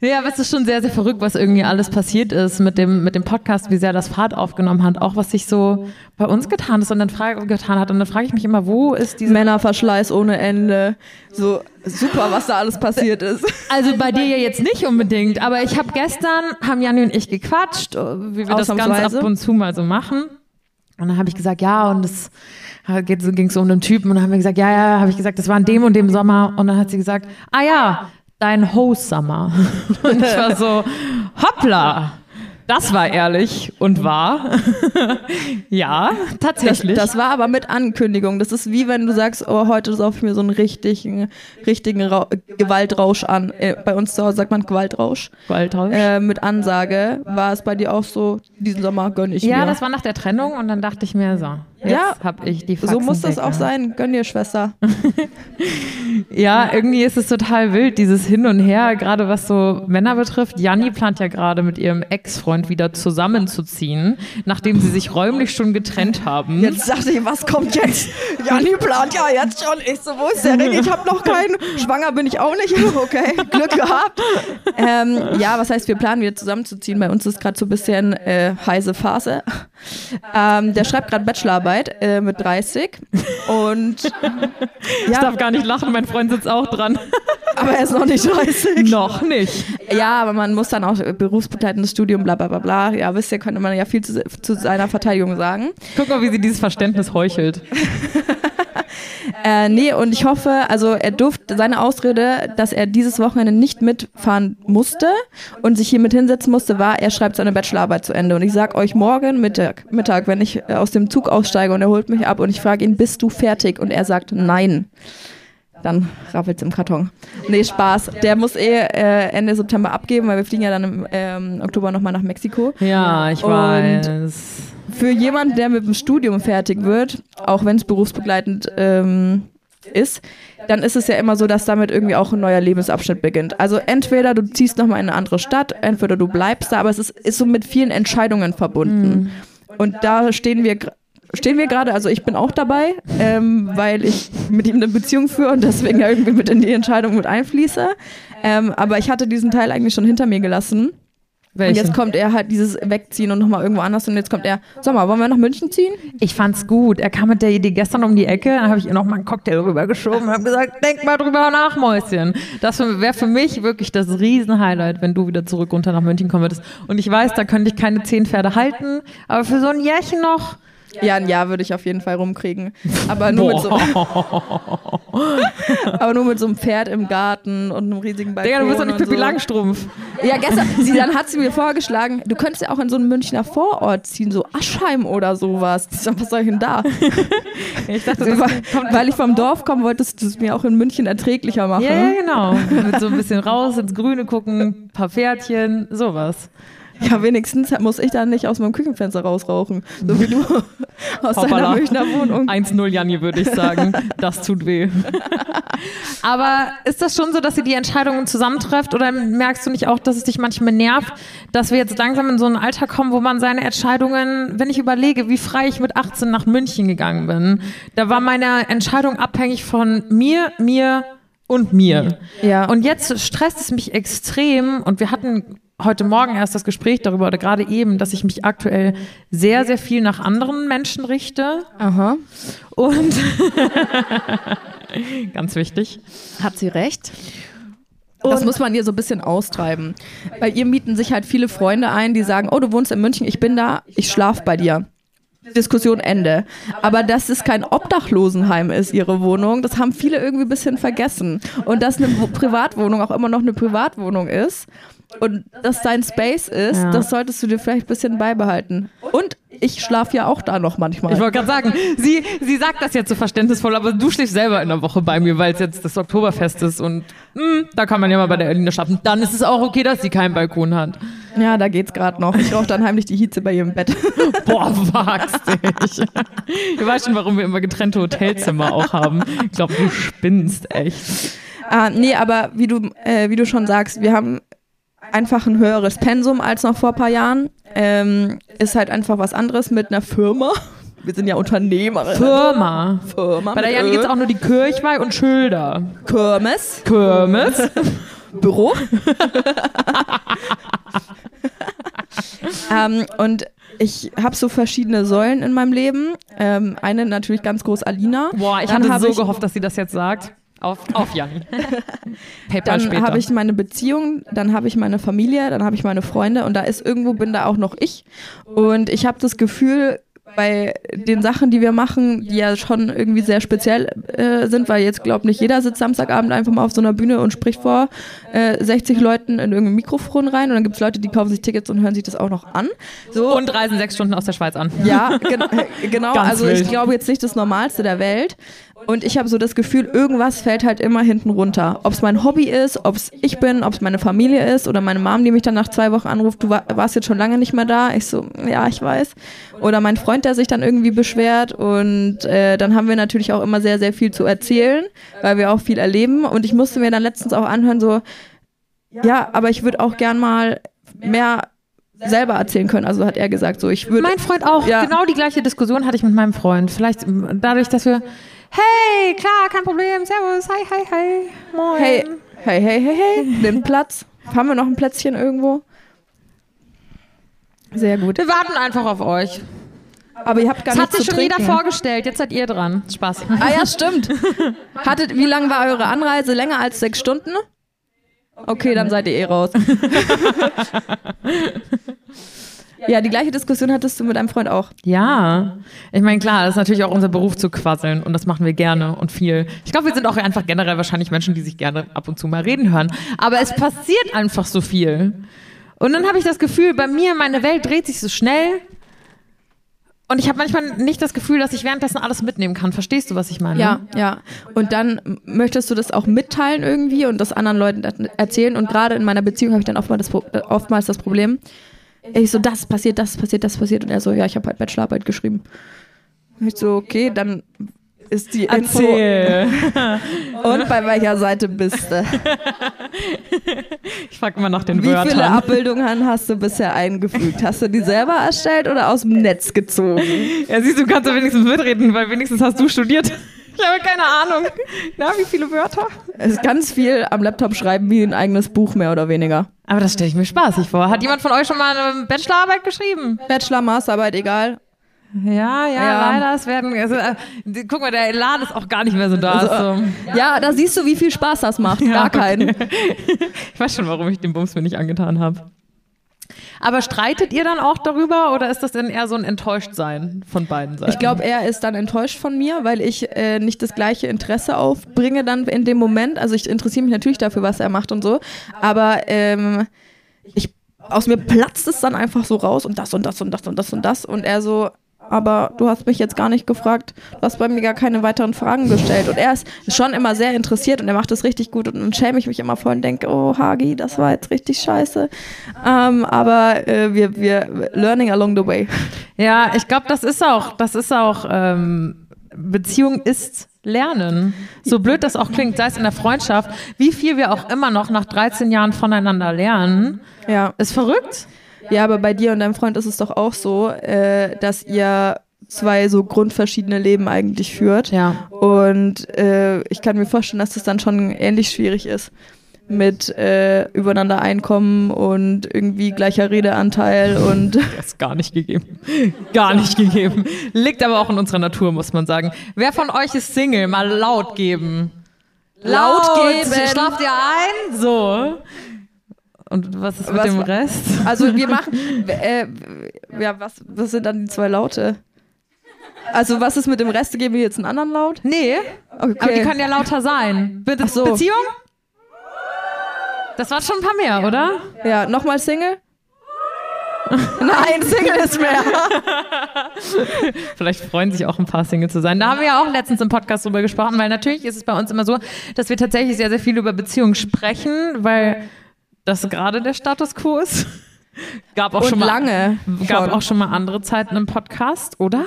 S3: Ja, aber es ist schon sehr, sehr verrückt, was irgendwie alles passiert ist mit dem, mit dem Podcast, wie sehr das Fahrt aufgenommen hat, auch was sich so bei uns getan ist und dann frage, getan hat. Und dann frage ich mich immer, wo ist diese.
S1: Männerverschleiß ohne Ende. So super, was da alles passiert ist.
S3: Also bei dir ja jetzt nicht unbedingt, aber ich habe gestern, haben Janni und ich gequatscht, äh, wie wir das ganz ab
S1: Ausnahmsweise.
S3: und zu mal so machen. Und dann habe ich gesagt, ja, und es ging so um einen Typen. Und dann haben wir gesagt, ja, ja, habe ich gesagt, das war in dem und dem Sommer. Und dann hat sie gesagt, ah ja, dein Ho-Summer. Und ich war so, hoppla, das war ehrlich und wahr. ja, tatsächlich.
S1: Das war aber mit Ankündigung. Das ist wie wenn du sagst, oh, heute sauf ich mir so einen richtigen, richtigen Ra Gewaltrausch an. Äh, bei uns zu Hause sagt man Gewaltrausch.
S3: Goldtausch.
S1: Äh, mit Ansage war es bei dir auch so, diesen Sommer gönn ich
S3: ja,
S1: mir.
S3: das war nach der Trennung. Und dann dachte ich mir so, jetzt
S1: Ja.
S3: habe ich die
S1: so muss
S3: Faxen
S1: das
S3: dick,
S1: auch
S3: ne?
S1: sein. Gönn dir, Schwester.
S3: Ja, irgendwie ist es total wild, dieses Hin und Her, gerade was so Männer betrifft. Janni plant ja gerade mit ihrem Ex-Freund wieder zusammenzuziehen, nachdem sie sich räumlich schon getrennt haben.
S1: Jetzt dachte ich, was kommt jetzt? Janni plant ja jetzt schon. Ich so, wo ist der Ring? Ich habe noch keinen. Schwanger bin ich auch nicht. Okay, Glück gehabt. Ähm, ja, was heißt, wir planen wieder zusammenzuziehen. Bei uns ist gerade so ein bisschen äh, heiße Phase. Ähm, der schreibt gerade Bachelorarbeit äh, mit 30. Und
S3: Ich darf gar nicht lachen, mein Freund sitzt auch dran.
S1: aber er ist noch nicht 30.
S3: Noch nicht.
S1: Ja, aber man muss dann auch äh, berufsbegleitendes Studium, bla bla bla bla. Ja, wisst ihr, könnte man ja viel zu, zu seiner Verteidigung sagen.
S3: Guck mal, wie sie dieses Verständnis heuchelt.
S1: Äh, nee, und ich hoffe, also er durfte seine Ausrede, dass er dieses Wochenende nicht mitfahren musste und sich hier mit hinsetzen musste, war, er schreibt seine Bachelorarbeit zu Ende. Und ich sag euch morgen Mittag, Mittag wenn ich äh, aus dem Zug aussteige und er holt mich ab und ich frage ihn, bist du fertig? Und er sagt, nein. dann rappelt es im Karton. Nee, Spaß. Der muss eh äh, Ende September abgeben, weil wir fliegen ja dann im ähm, Oktober nochmal nach Mexiko.
S3: Ja, ich
S1: Und-
S3: weiß.
S1: Für jemanden, der mit dem Studium fertig wird, auch wenn es berufsbegleitend ähm, ist, dann ist es ja immer so, dass damit irgendwie auch ein neuer Lebensabschnitt beginnt. Also entweder du ziehst nochmal in eine andere Stadt, entweder du bleibst da, aber es ist, ist so mit vielen Entscheidungen verbunden. Und da stehen wir gr- stehen wir gerade, also ich bin auch dabei, ähm, weil ich mit ihm eine Beziehung führe und deswegen ja irgendwie mit in die Entscheidung mit einfließe. Ähm, aber ich hatte diesen Teil eigentlich schon hinter mir gelassen. Und
S3: Welchen?
S1: jetzt kommt er halt dieses Wegziehen und nochmal irgendwo anders und jetzt kommt er, sag mal, wollen wir nach München ziehen?
S3: Ich fand's gut. Er kam mit der Idee gestern um die Ecke, dann habe ich ihr nochmal einen Cocktail rübergeschoben und habe gesagt, denk mal drüber nach, Mäuschen. Das wäre für mich wirklich das Riesenhighlight, wenn du wieder zurück runter nach München kommen würdest. Und ich weiß, da könnte ich keine zehn Pferde halten, aber für so ein Jährchen noch.
S1: Ja, ein Ja würde ich auf jeden Fall rumkriegen. Aber nur, mit so, aber nur mit so einem Pferd im Garten und einem riesigen Balkon.
S3: Digga, du bist doch nicht
S1: und
S3: Pippi
S1: so.
S3: Langstrumpf.
S1: Ja, gestern, sie, dann hat sie mir vorgeschlagen, du könntest ja auch in so einen Münchner Vorort ziehen, so Aschheim oder sowas. Ich sag, was soll ich denn da?
S3: Ich dachte, das
S1: Weil, weil ich vom Dorf komme, wolltest du es mir auch in München erträglicher machen.
S3: Ja, ja, genau. Mit so ein bisschen raus, ins Grüne gucken, paar Pferdchen, sowas.
S1: Ja, wenigstens muss ich dann nicht aus meinem Küchenfenster rausrauchen. So wie du aus
S3: Hoppala.
S1: deiner Münchner Wohnung.
S3: 1-0 Janni, würde ich sagen. Das tut weh. Aber ist das schon so, dass ihr die Entscheidungen zusammentrefft oder merkst du nicht auch, dass es dich manchmal nervt, dass wir jetzt langsam in so ein Alter kommen, wo man seine Entscheidungen, wenn ich überlege, wie frei ich mit 18 nach München gegangen bin, da war meine Entscheidung abhängig von mir, mir und mir.
S1: Ja.
S3: Und jetzt stresst es mich extrem und wir hatten heute Morgen erst das Gespräch darüber oder gerade eben, dass ich mich aktuell sehr, sehr viel nach anderen Menschen richte
S1: Aha.
S3: und ganz wichtig.
S1: Hat sie recht? das muss man ihr so ein bisschen austreiben. Bei ihr mieten sich halt viele Freunde ein, die sagen, oh, du wohnst in München, ich bin da, ich schlaf bei dir. Diskussion Ende. Aber dass es kein Obdachlosenheim ist, ihre Wohnung, das haben viele irgendwie ein bisschen vergessen. Und dass eine Wo- Privatwohnung auch immer noch eine Privatwohnung ist und dass dein Space ist,
S3: Ja.
S1: das solltest du dir vielleicht ein bisschen beibehalten. Und ich schlafe ja auch da noch manchmal.
S3: Ich wollte gerade sagen, sie, sie sagt das jetzt so verständnisvoll, aber du schläfst selber in der Woche bei mir, weil es jetzt das Oktoberfest ist und mh, da kann man ja mal bei der Erlina schlafen. Dann ist es auch okay, dass sie keinen Balkon hat.
S1: ja, da geht's gerade noch. Ich rauche dann heimlich die Hitze bei ihrem Bett.
S3: Boah, wagst dich. Du weißt schon, warum wir immer getrennte Hotelzimmer auch haben. Ich glaube, du spinnst echt.
S1: Ah, nee, aber wie du, äh, wie du schon sagst, wir haben einfach ein höheres Pensum als noch vor ein paar Jahren. Ähm, ist halt einfach was anderes mit einer Firma. Wir sind ja Unternehmerinnen.
S3: Firma.
S1: Firma
S3: Bei der
S1: mit
S3: Jan
S1: Ö.
S3: geht's auch nur die Kirchweih und Schilder.
S1: Kirmes,
S3: Kirmes.
S1: Büro. ähm, und ich habe so verschiedene Säulen in meinem Leben. Ähm, eine natürlich ganz groß Alina.
S3: Boah, ich
S1: Dann
S3: hatte
S1: hab
S3: so
S1: ich-
S3: gehofft, dass sie das jetzt sagt. Auf, auf Jan. PayPal
S1: Dann
S3: später.
S1: habe ich meine Beziehung, dann habe ich meine Familie, dann habe ich meine Freunde und da ist irgendwo bin da auch noch ich. Und ich habe das Gefühl, bei den Sachen, die wir machen, die ja schon irgendwie sehr speziell äh, sind, weil jetzt glaubt nicht jeder sitzt Samstagabend einfach mal auf so einer Bühne und spricht vor äh, 60 Leuten in irgendein Mikrofon rein und dann gibt es Leute, die kaufen sich Tickets und hören sich das auch noch an. So
S3: und reisen sechs Stunden aus der Schweiz an.
S1: ja, gen genau.
S3: Ganz
S1: also
S3: wild.
S1: ich glaube jetzt nicht das Normalste der Welt. Und ich habe so das Gefühl, irgendwas fällt halt immer hinten runter. Ob es mein Hobby ist, ob es ich bin, ob es meine Familie ist oder meine Mom, die mich dann nach zwei Wochen anruft, du wa- warst jetzt schon lange nicht mehr da. Ich so, ja, ich weiß. Oder mein Freund, der sich dann irgendwie beschwert. Und äh, dann haben wir natürlich auch immer sehr, sehr viel zu erzählen, weil wir auch viel erleben. Und ich musste mir dann letztens auch anhören, so, ja, aber ich würde auch gern mal mehr selber erzählen können. Also hat er gesagt, so, ich würde
S3: Mein Freund auch.
S1: Ja.
S3: Genau die gleiche Diskussion hatte ich mit meinem Freund. Vielleicht ähm, dadurch, dass wir. Hey, klar, kein Problem. Servus. Hi, hi, hi. Moin.
S1: Hey, hey, hey, hey, hey, nimm Platz. Haben wir noch ein Plätzchen irgendwo? Sehr gut.
S3: Wir warten einfach auf euch.
S1: Aber ihr habt gar
S3: Das hat
S1: nichts
S3: sich
S1: zu
S3: schon jeder
S1: trinken.
S3: vorgestellt. Jetzt seid ihr dran. Spaß.
S1: Ah ja, stimmt. Hattet, wie lang war eure Anreise? Länger als sechs Stunden? Okay, dann seid ihr eh raus. ja, die gleiche Diskussion hattest du mit einem Freund auch.
S3: Ja, ich meine, klar, das ist natürlich auch unser Beruf zu quasseln und das machen wir gerne und viel. Ich glaube, wir sind auch einfach generell wahrscheinlich Menschen, die sich gerne ab und zu mal reden hören. Aber es passiert einfach so viel. Und dann habe ich das Gefühl, bei mir, meine Welt dreht sich so schnell. Und Und ich habe manchmal nicht das Gefühl, dass ich währenddessen alles mitnehmen kann. Verstehst du, was ich meine?
S1: Ja, ja. Und dann möchtest du das auch mitteilen irgendwie und das anderen Leuten er- erzählen. Und gerade in meiner Beziehung habe ich dann oftmals das, Pro- äh, oftmals das Problem. Ich so, das passiert, das passiert, das passiert. Und er so, ja, ich habe halt Bachelorarbeit geschrieben. Und ich so, okay, dann ist die Info.
S3: Erzähl.
S1: Und bei welcher Seite bist du?
S3: Ich frage immer nach den
S1: Wie viele
S3: Wörtern.
S1: Abbildungen hast du bisher eingefügt? Hast du die selber erstellt oder aus dem Netz gezogen?
S3: Ja, siehst du, kannst du wenigstens mitreden, weil wenigstens hast du studiert. Ich habe keine Ahnung. Na, wie viele Wörter?
S1: Es ist ganz viel am Laptop schreiben wie ein eigenes Buch, mehr oder weniger.
S3: Aber das stelle ich mir spaßig vor. Hat jemand von euch schon mal eine Bachelorarbeit geschrieben?
S1: Bachelor, Masterarbeit, egal.
S3: Ja, ja,
S1: Ja.
S3: leider. Es werden, also, äh, die- guck mal, der Elan ist auch gar nicht mehr so da. so.
S1: Ja, da siehst du, wie viel Spaß das macht.
S3: Ja,
S1: Gar keinen.
S3: Ich weiß schon, warum ich den Bums mir nicht angetan habe. Aber streitet ihr dann auch darüber oder ist das denn eher so ein Enttäuschtsein von beiden Seiten?
S1: Ich glaube, er ist dann enttäuscht von mir, weil ich äh, nicht das gleiche Interesse aufbringe dann in dem Moment. Also ich interessiere mich natürlich dafür, was er macht und so. Aber ähm, ich, aus mir platzt es dann einfach so raus und das und das und das und das und das. Und er so, aber du hast mich jetzt gar nicht gefragt, du hast bei mir gar keine weiteren Fragen gestellt. Und er ist schon immer sehr interessiert und er macht es richtig gut. Und dann schäme ich mich immer voll und denke, oh Hagi, das war jetzt richtig scheiße. Ähm, aber äh, wir, wir, learning along the way.
S3: ja, ich glaube, das ist auch, das ist auch, ähm, Beziehung ist Lernen. So blöd das auch klingt, sei es in der Freundschaft, wie viel wir auch immer noch nach 13 Jahren voneinander lernen,
S1: Ja.
S3: ist verrückt.
S1: Ja, aber bei dir und deinem Freund ist es doch auch so, äh, dass ihr zwei so grundverschiedene Leben eigentlich führt.
S3: Ja.
S1: Und äh, ich kann mir vorstellen, dass das dann schon ähnlich schwierig ist mit äh, übereinander Einkommen und irgendwie gleicher Redeanteil und
S3: Das ist gar nicht gegeben. Gar nicht gegeben. Liegt aber auch in unserer Natur, muss man sagen. Wer von euch ist Single? Mal laut geben.
S1: geben.
S3: Schlaft ihr ein? So. Und was ist mit
S1: Was
S3: dem
S1: war-
S3: Rest?
S1: also wir machen äh, ja was was sind dann die zwei Laute? Also was ist mit dem Rest? Geben wir jetzt einen anderen Laut?
S3: Nee,
S1: Okay.
S3: aber die können ja lauter sein. Be
S1: Ach so.
S3: Beziehung? Das waren schon ein paar mehr, oder?
S1: ja nochmal Single? Nein, Single ist mehr.
S3: Vielleicht freuen sich auch ein paar Single zu sein. Da haben wir ja auch letztens im Podcast drüber gesprochen, weil natürlich ist es bei uns immer so, dass wir tatsächlich sehr, sehr viel über Beziehungen sprechen, weil das gerade der Status quo ist. Gab auch
S1: Und
S3: schon mal,
S1: lange.
S3: Gab
S1: schon.
S3: auch schon mal andere Zeiten im Podcast, oder?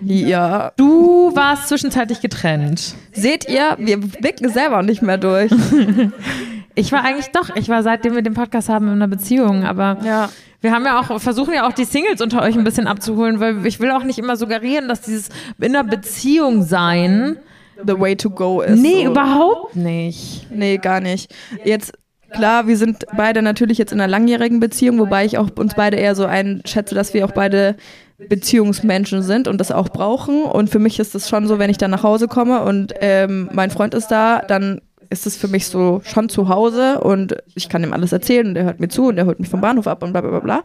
S1: Ja,
S3: Du warst zwischenzeitlich getrennt.
S1: Seht ihr, wir blicken selber nicht mehr durch.
S3: Ich war eigentlich doch, ich war seitdem wir den Podcast haben in einer Beziehung, aber
S1: Ja.
S3: wir haben ja auch, versuchen ja auch die Singles unter euch ein bisschen abzuholen, weil ich will auch nicht immer suggerieren, dass dieses in einer Beziehung sein.
S1: The way to go ist.
S3: Nee,
S1: so.
S3: überhaupt nicht.
S1: Nee, gar nicht. Jetzt, klar, wir sind beide natürlich jetzt in einer langjährigen Beziehung, wobei ich auch uns beide eher so einschätze, dass wir auch beide Beziehungsmenschen sind und das auch brauchen. Und für mich ist es schon so, wenn ich dann nach Hause komme und ähm, mein Freund ist da, dann ist es für mich so schon zu Hause und ich kann ihm alles erzählen und er hört mir zu und er holt mich vom Bahnhof ab und bla bla bla bla.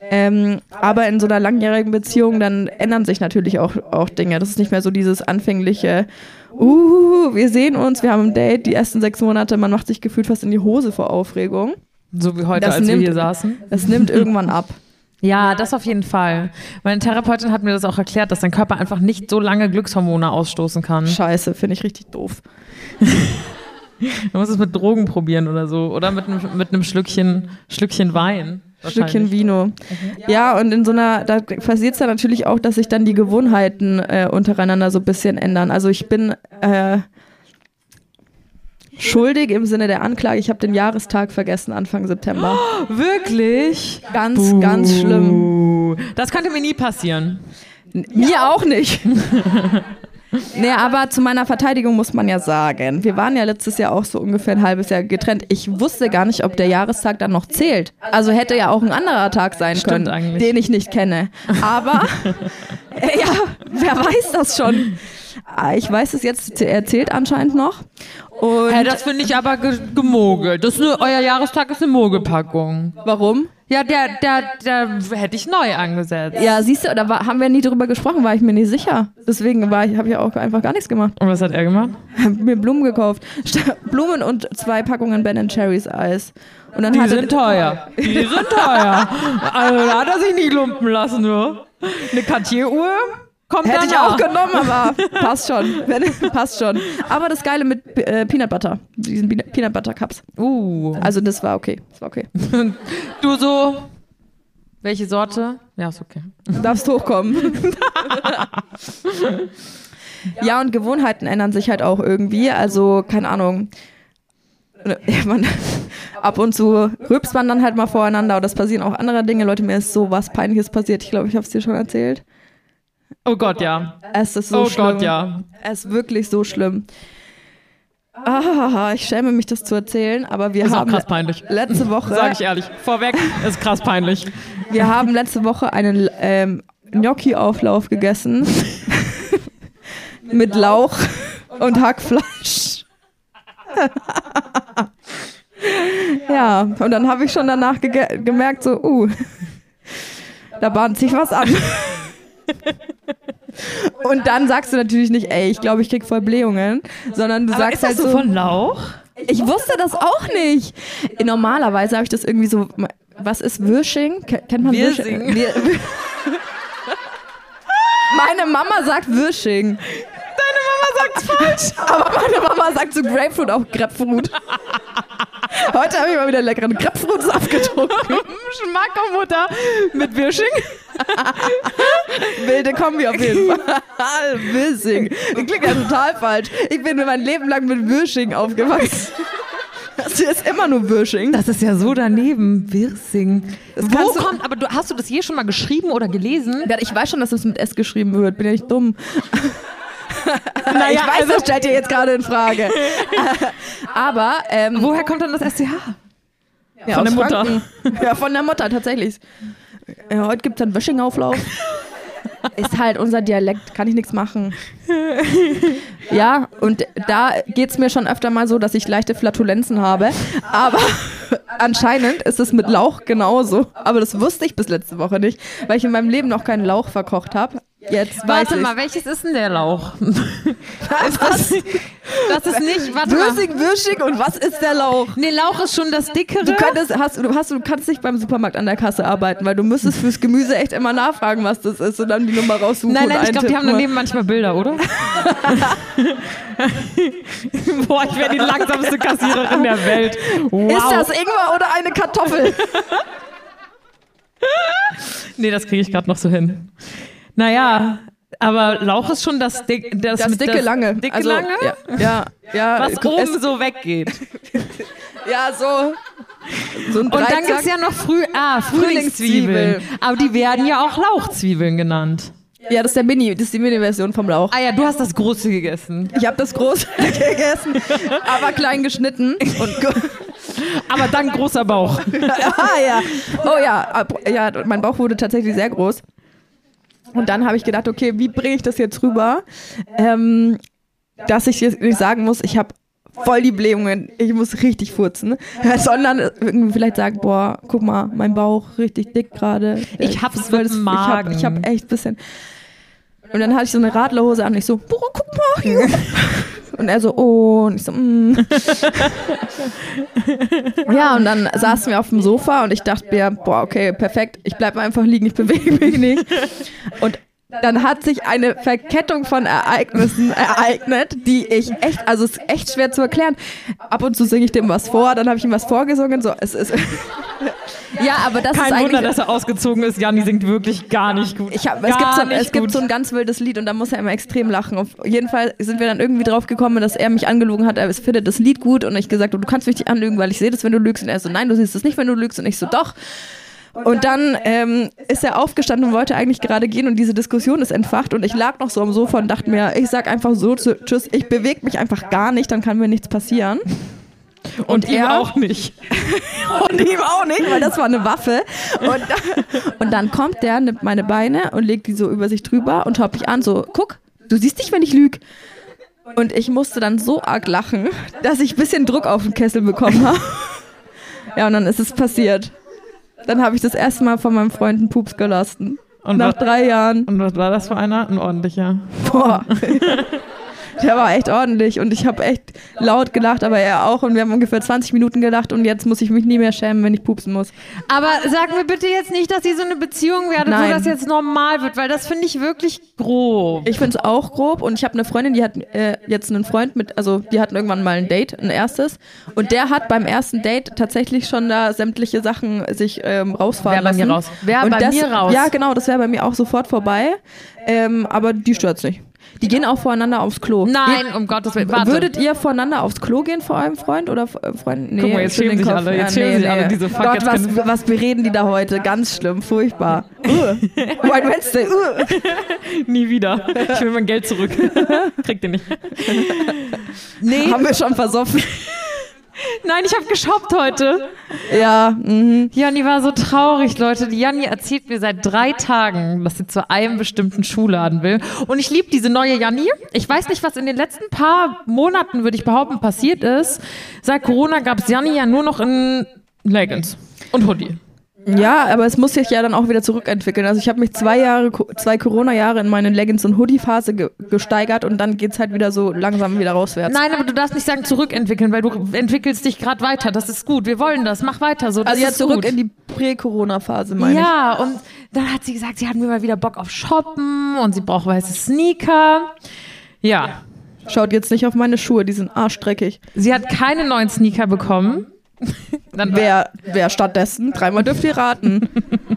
S1: Ähm, aber in so einer langjährigen Beziehung, dann ändern sich natürlich auch, auch Dinge. Das ist nicht mehr so dieses anfängliche, uh, wir sehen uns, wir haben ein Date, die ersten sechs Monate, man macht sich gefühlt fast in die Hose vor Aufregung.
S3: So wie heute,
S1: Das
S3: als wir
S1: nimmt-
S3: hier saßen.
S1: Das nimmt irgendwann ab.
S3: Ja, das auf jeden Fall. Meine Therapeutin hat mir das auch erklärt, dass dein Körper einfach nicht so lange Glückshormone ausstoßen kann.
S1: Scheiße, finde ich richtig doof.
S3: Du musst es mit Drogen probieren oder so. Oder mit einem, mit einem Schlückchen, Schlückchen Wein. wahrscheinlich.
S1: Stückchen Vino. Ja, und in so einer, da passiert es dann natürlich auch, dass sich dann die Gewohnheiten äh, untereinander so ein bisschen ändern. Also ich bin äh, schuldig im Sinne der Anklage. Ich habe den Jahrestag vergessen, Anfang September.
S3: Wirklich?
S1: Ganz, ganz schlimm.
S3: Uh, Das könnte mir nie passieren.
S1: Mir auch nicht. Nee, aber zu meiner Verteidigung muss man ja sagen, wir waren ja letztes Jahr auch so ungefähr ein halbes Jahr getrennt. Ich wusste gar nicht, ob der Jahrestag dann noch zählt. Also hätte ja auch ein anderer Tag sein
S3: Stimmt
S1: können,
S3: eigentlich.
S1: den ich nicht kenne. Aber äh, ja, wer weiß das schon? Ah, Ich weiß es jetzt, er zählt anscheinend noch. Und
S3: Hä, das finde ich aber ge gemogelt. Das ist nur, euer Jahrestag ist eine Mogelpackung.
S1: warum?
S3: Ja, der, der, der hätte ich neu angesetzt.
S1: Ja, siehst du, da war, haben wir nie drüber gesprochen, war ich mir nicht sicher. Deswegen war ich, habe ich auch einfach gar nichts gemacht.
S3: Und was hat er gemacht?
S1: Hab mir Blumen gekauft. St- Blumen und zwei Packungen Ben Cherries Eis. Und dann
S3: Die
S1: hatte
S3: sind teuer. Die sind teuer. Also, da hat er sich nicht lumpen lassen, nur. Eine Cartier-Uhr kommt
S1: Hätte ich
S3: danach.
S1: auch genommen, aber passt schon. Wenn, passt schon. Aber das Geile mit äh, Peanut Butter, diesen Bina- Peanut Butter Cups.
S3: Uh.
S1: Also das war okay. Das war okay.
S3: Du so. Welche Sorte? Ja, ist okay.
S1: Du darfst hochkommen. ja, und Gewohnheiten ändern sich halt auch irgendwie. Also, keine Ahnung. Man, ab und zu rübst man dann halt mal voreinander oder es passieren auch andere Dinge. Leute, mir ist so was Peinliches passiert. Ich glaube, ich habe es dir schon erzählt.
S3: Oh Gott, ja.
S1: Es ist so
S3: oh
S1: schlimm.
S3: Gott, ja.
S1: Es ist wirklich so schlimm. Ah, ich schäme mich, das zu erzählen, aber wir
S3: Ist auch
S1: haben
S3: krass peinlich.
S1: letzte Woche
S3: Also Sag ich ehrlich. Vorweg ist krass peinlich.
S1: Wir haben letzte Woche einen ähm, Gnocchi-Auflauf gegessen. mit Lauch und Hackfleisch. ja, und dann habe ich schon danach gege- gemerkt, so, uh, da bahnt sich was an. und dann sagst du natürlich nicht, ey, ich glaube, ich krieg voll Blähungen, sondern du sagst halt so,
S3: Lauch?
S1: ich wusste das auch nicht. Normalerweise habe ich das irgendwie so. Was ist Würsching? Ke- Kennt man
S3: Wirsing.
S1: Würsching? Wir- wir- Meine Mama sagt Würsching. Deine Mama sagt falsch. Aber meine Mama sagt zu Grapefruit auch Grapefruit. Heute habe ich mal wieder leckeren Grapefruitsaft getrunken.
S3: Schmackermutter mit Wirsching.
S1: Wilde Kombi auf jeden Fall. Würsching. Das klingt ja total falsch. Ich bin mein Leben lang mit Würsching aufgewachsen. Das hier ist immer nur Würsching.
S3: Das ist ja so daneben. Wirsing. Wo
S1: kannst du-
S3: kommt, aber du, hast du das je schon mal geschrieben oder gelesen?
S1: Ja, ich weiß schon, dass es mit S geschrieben wird. Bin ja nicht dumm. ich weiß, das stellt ihr jetzt gerade in Frage. Aber ähm,
S3: Woher kommt dann das SCH?
S1: ja,
S3: von
S1: aus
S3: der Mutter.
S1: Franken. Ja, von der Mutter tatsächlich. Ja, heute gibt es dann Wöschingauflauf. Ist halt unser Dialekt, kann ich nichts machen. Ja, und da geht es mir schon öfter mal so, dass ich leichte Flatulenzen habe. Aber anscheinend ist es mit Lauch genauso. Aber das wusste ich bis letzte Woche nicht, weil ich in meinem Leben noch keinen Lauch verkocht habe. Jetzt weiß
S3: Warte
S1: ich.
S3: mal, welches ist denn der Lauch? ist das, das ist nicht, warte mal.
S1: Würsig, würschig und was ist der Lauch?
S3: Nee, Lauch ist schon das dickere.
S1: Du, könntest, hast, du, hast, du kannst nicht beim Supermarkt an der Kasse arbeiten, weil du müsstest fürs Gemüse echt immer nachfragen, was das ist und dann die Nummer raussuchen.
S3: Nein, nein,
S1: und
S3: ich glaube, die haben
S1: eintippen.
S3: daneben manchmal Bilder, oder? Boah, ich wäre die langsamste Kassiererin der Welt. Wow.
S1: Ist das Ingwer oder eine Kartoffel?
S3: Nee, das kriege ich gerade noch so hin. Naja, aber Lauch ist schon das, dick, das,
S1: Das
S3: mit-
S1: dicke
S3: das
S1: Lange.
S3: Dicke
S1: also,
S3: Lange?
S1: Ja, ja. ja
S3: Was
S1: es-
S3: oben so weggeht.
S1: Ja, so. So ein
S3: Und dann gibt es ja noch früh, ah, Frühlingszwiebeln.
S1: Frühlingszwiebeln.
S3: Aber die werden ja auch Lauchzwiebeln genannt.
S1: ja, das ist der Mini, das ist die Mini-Version vom Lauch.
S3: Ah ja, du hast das Große gegessen.
S1: Ich habe das groß gegessen, aber klein geschnitten und ge
S3: Aber dann großer Bauch.
S1: ah ja. Oh ja. Ab- ja, mein Bauch wurde tatsächlich sehr groß. Und dann habe ich gedacht, okay, wie bringe ich das jetzt rüber, ähm, dass ich jetzt nicht sagen muss, ich habe voll die Blähungen, ich muss richtig furzen, sondern irgendwie vielleicht sagen, boah, guck mal, mein Bauch richtig dick gerade.
S3: Ich hab's
S1: Voll das-
S3: mit dem Magen.
S1: Ich habe ich hab echt ein bisschen. Und dann hatte ich so eine Radlerhose an und ich so, boah, guck mal hier. Und er so, oh, und ich so, mm. Ja, und dann saßen wir auf dem Sofa und ich dachte mir, boah, okay, perfekt, ich bleibe einfach liegen, ich bewege mich nicht. Und dann hat sich eine Verkettung von Ereignissen ereignet, die ich echt, also es ist echt schwer zu erklären. Ab und zu singe ich dem was vor, dann habe ich ihm was vorgesungen, so, es ist. Ja, aber das ist
S3: Kein
S1: eigentlich.
S3: Wunder, dass er ausgezogen ist. Jani singt wirklich gar nicht gut.
S1: Ich hab, es
S3: Gar
S1: gibt, so,
S3: nicht
S1: es gibt
S3: gut.
S1: so ein ganz wildes Lied und da muss er immer extrem lachen. Auf jeden Fall sind wir dann irgendwie drauf gekommen, dass er mich angelogen hat. Er findet das Lied gut und ich gesagt, habe, du kannst mich nicht anlügen, weil ich sehe das, wenn du lügst. Und er so, nein, du siehst es nicht, wenn du lügst. Und ich so, doch. Und dann
S3: äh,
S1: ähm, ist er aufgestanden und wollte eigentlich gerade gehen und diese Diskussion ist entfacht und ich lag noch so am Sofa und dachte mir, ich sag einfach so zu, tschüss, ich bewege mich einfach gar nicht, dann kann mir nichts passieren.
S3: und ihm
S1: er-
S3: auch nicht.
S1: Und ihm auch nicht, weil das war eine Waffe. Und, und dann kommt der, nimmt meine Beine und legt die so über sich drüber und schaut mich an, so, guck, du siehst dich, wenn ich lüge. Und ich musste dann so arg lachen, dass ich ein bisschen Druck auf den Kessel bekommen habe. Ja, und dann ist es passiert. Dann habe ich das erste Mal von meinem Freund einen Pups gelassen.
S3: Und
S1: Nach
S3: was,
S1: drei Jahren.
S3: und was war das für einer? Ein ordentlicher.
S1: Boah. Der war echt ordentlich und ich habe echt laut gelacht, aber er auch. Und wir haben ungefähr 20 Minuten gelacht und jetzt muss ich mich nie mehr schämen, wenn ich pupsen muss.
S3: Aber sag mir bitte jetzt nicht, dass ihr so eine Beziehung werdet,
S1: Nein.
S3: wo das jetzt normal wird, weil das finde ich wirklich grob.
S1: Ich finde es auch grob und ich habe eine Freundin, die hat äh, jetzt einen Freund mit, also die hatten irgendwann mal ein Date, ein erstes. Und der hat beim ersten Date tatsächlich schon da sämtliche Sachen sich ähm, rausfahren
S3: Wär bei
S1: lassen.
S3: mir raus. Wär
S1: Und
S3: bei
S1: das,
S3: mir raus.
S1: Ja, genau, das wäre bei mir auch sofort vorbei. Ähm, aber die stört's nicht. Die gehen auch voreinander aufs Klo.
S3: Nein, um Gottes Willen. Warte.
S1: Würdet ihr voreinander aufs Klo gehen vor eurem Freund oder vor- äh, Freund? Nee,
S3: Guck mal, jetzt
S1: schüttel den
S3: schämen sich
S1: Kopf. Ah,
S3: alle, jetzt schämen sich alle, diese Fuck,
S1: Gott,
S3: jetzt
S1: was,
S3: können-
S1: was bereden die da heute? Ganz schlimm, furchtbar. Uh. White Wednesday, uh.
S3: nie wieder. Ich will mein Geld zurück. Kriegt ihr nicht. Nee,
S1: haben wir schon versoffen.
S3: nein, ich habe geshoppt heute.
S1: Ja, mhm.
S3: Janni war so traurig, Leute. Die Janni erzählt mir seit drei Tagen, dass sie zu einem bestimmten Schuhladen will. Und ich liebe diese neue Janni. Ich weiß nicht, was in den letzten paar Monaten, würde ich behaupten, passiert ist. Seit Corona gab es Janni ja nur noch in Leggings und Hoodie.
S1: ja, aber es muss sich ja dann auch wieder zurückentwickeln. Also ich habe mich zwei Jahre, zwei Corona-Jahre in meine Leggings- und Hoodie-Phase ge gesteigert und dann geht's halt wieder so langsam wieder rauswärts.
S3: Nein, aber du darfst nicht sagen zurückentwickeln, weil du entwickelst dich gerade weiter. Das ist gut. Wir wollen das. Mach weiter so. Das
S1: also ja,
S3: ist
S1: zurück
S3: gut.
S1: in die Prä-Corona-Phase, meine ich.
S3: Ja, und dann hat sie gesagt, sie hat mir mal wieder Bock auf Shoppen und sie braucht weiße Sneaker. Ja,
S1: Schaut jetzt nicht auf meine Schuhe, die sind arschdreckig.
S3: sie hat keine neuen Sneaker bekommen. Dann
S1: Wer, wer stattdessen? Dreimal dürft ihr raten.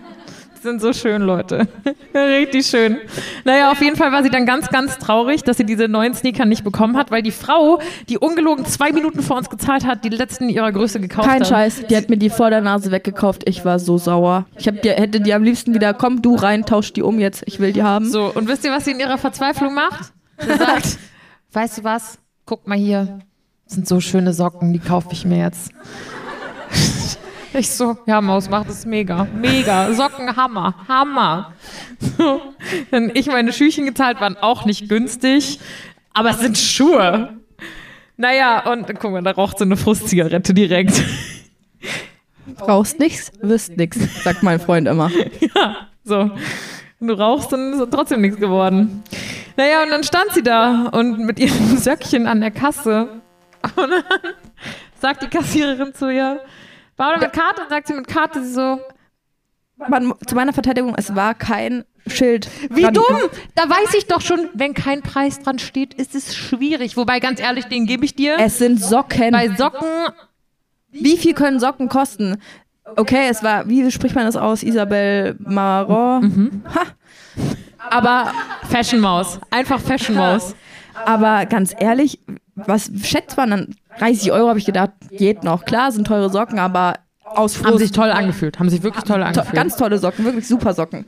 S3: sind so schön, Leute. Richtig schön. Naja, auf jeden Fall war sie dann ganz, ganz traurig, dass sie diese neuen Sneaker nicht bekommen hat, weil die Frau, die ungelogen zwei Minuten vor uns gezahlt hat, die letzten ihrer Größe gekauft
S1: Kein
S3: hat.
S1: Scheiß, die hat mir die vor der Nase weggekauft. Ich war so sauer. Ich hab die, hätte die am liebsten wieder, komm du rein, tausch die um jetzt, ich will die haben.
S3: So, und wisst ihr, was sie in ihrer Verzweiflung macht? Sie sagt, weißt du was? Guck mal hier. Das sind so schöne Socken, die kaufe ich mir jetzt. Ich so, ja, Maus macht es mega. Mega. Socken, Hammer. Hammer. So, dann ich meine Schüchen gezahlt, waren auch nicht günstig. Aber es sind Schuhe. Naja, und guck mal, da raucht so eine Frustzigarette direkt.
S1: Brauchst nix, wirst nix, sagt mein Freund immer.
S3: So. Und du rauchst, dann ist trotzdem nichts geworden. Naja, und dann stand sie da und mit ihrem Söckchen an der Kasse. Und dann sagt die Kassiererin zu ihr, war mit Karte? Und sagt sie mit Karte, sie so,
S1: Man, zu meiner Verteidigung, es war kein Schild.
S3: wie
S1: dran.
S3: dumm! Da weiß ich doch schon, wenn kein Preis dran steht, ist es schwierig. Wobei, ganz ehrlich, den gebe ich dir.
S1: Es sind Socken.
S3: Bei Socken,
S1: wie viel können Socken kosten? Okay, es war, wie spricht man das aus? Isabel Marot?
S3: Mhm. aber Fashion Maus. Einfach Fashion Maus.
S1: Aber ganz ehrlich, was schätzt man dann? 30 Euro habe ich gedacht, geht noch. Klar, sind teure Socken, aber aus
S3: Haben
S1: Frust.
S3: sich toll angefühlt. Haben sich wirklich toll
S1: To
S3: angefühlt.
S1: ganz tolle Socken, wirklich super Socken.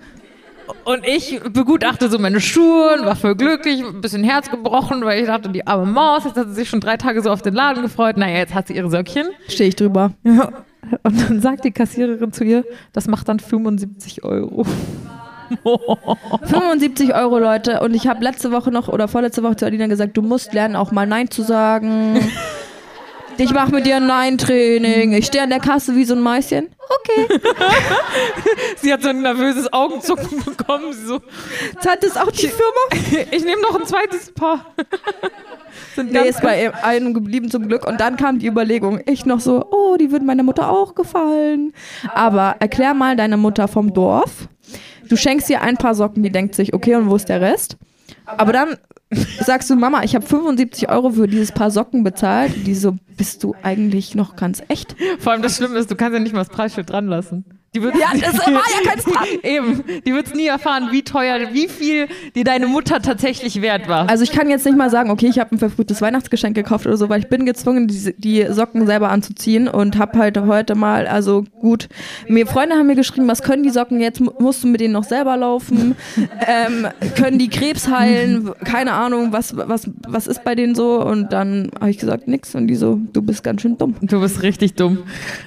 S3: Und ich begutachte so meine Schuhe und war voll glücklich, ein bisschen Herz gebrochen, weil ich dachte, die arme Maus, jetzt hat sie sich schon drei Tage so auf den Laden gefreut. Naja, jetzt hat sie ihre Söckchen.
S1: Stehe ich drüber.
S3: Und dann sagt die Kassiererin zu ihr, das macht dann 75 Euro.
S1: 75 Euro, Leute. Und ich habe letzte Woche noch oder vorletzte Woche zu Alina gesagt, du musst lernen, auch mal Nein zu sagen. Ich mache mit dir ein Nein-Training. Ich stehe an der Kasse wie so ein Mäuschen. Okay.
S3: Sie hat so ein nervöses Augenzucken bekommen. Sie so,
S1: Jetzt hat es auch die Firma.
S3: ich nehme noch ein zweites Paar. Sind
S1: Nee, ist bei einem geblieben zum Glück. Und dann kam die Überlegung. Ich noch so, oh, die würden meiner Mutter auch gefallen. Aber erklär mal deine Mutter vom Dorf. Du schenkst ihr ein paar Socken, die denkt sich, okay, und wo ist der Rest? Aber dann sagst du, Mama, ich habe 75 Euro für dieses Paar Socken bezahlt. Die so, bist du eigentlich noch ganz echt?
S3: Vor allem das Schlimme ist, du kannst ja nicht mal das Preisschild dran lassen. Die wird
S1: Ja, das war ja kein Straf.
S3: eben, die wird's nie erfahren, wie teuer, wie viel dir deine Mutter tatsächlich wert war.
S1: Also ich kann jetzt nicht mal sagen, okay, ich habe ein verfrühtes Weihnachtsgeschenk gekauft oder so, weil ich bin gezwungen, die, die Socken selber anzuziehen und habe halt heute mal, also gut, mir Freunde haben mir geschrieben, was können die Socken jetzt? Mu- Musst du mit denen noch selber laufen? ähm, können die Krebs heilen? Keine Ahnung, was, was, was ist bei denen so? Und dann habe ich gesagt, nix. Und die so, du bist ganz schön dumm.
S3: Du bist richtig dumm.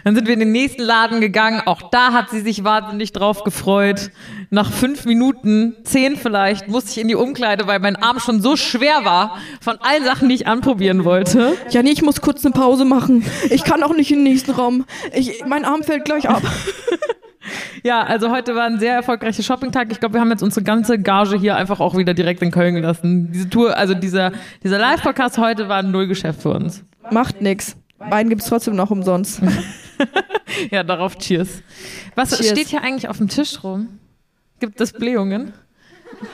S3: Dann sind wir in den nächsten Laden gegangen. Auch da hat sie sich wahnsinnig drauf gefreut. Nach fünf Minuten, zehn vielleicht, musste ich in die Umkleide, weil mein Arm schon so schwer war von allen Sachen, die ich anprobieren wollte.
S1: Ja, nee, ich muss kurz eine Pause machen. Ich kann auch nicht in den nächsten Raum. Ich, mein Arm fällt gleich ab.
S3: Ja, also heute war ein sehr erfolgreicher Shoppingtag. Ich glaube, wir haben jetzt unsere ganze Gage hier einfach auch wieder direkt in Köln gelassen. Diese Tour, also dieser, dieser Live-Podcast heute war ein Nullgeschäft für uns.
S1: Macht nix. Wein gibt's trotzdem noch umsonst.
S3: ja, darauf Cheers. Was
S1: Cheers.
S3: steht hier eigentlich auf dem Tisch rum? Gibt es Blähungen?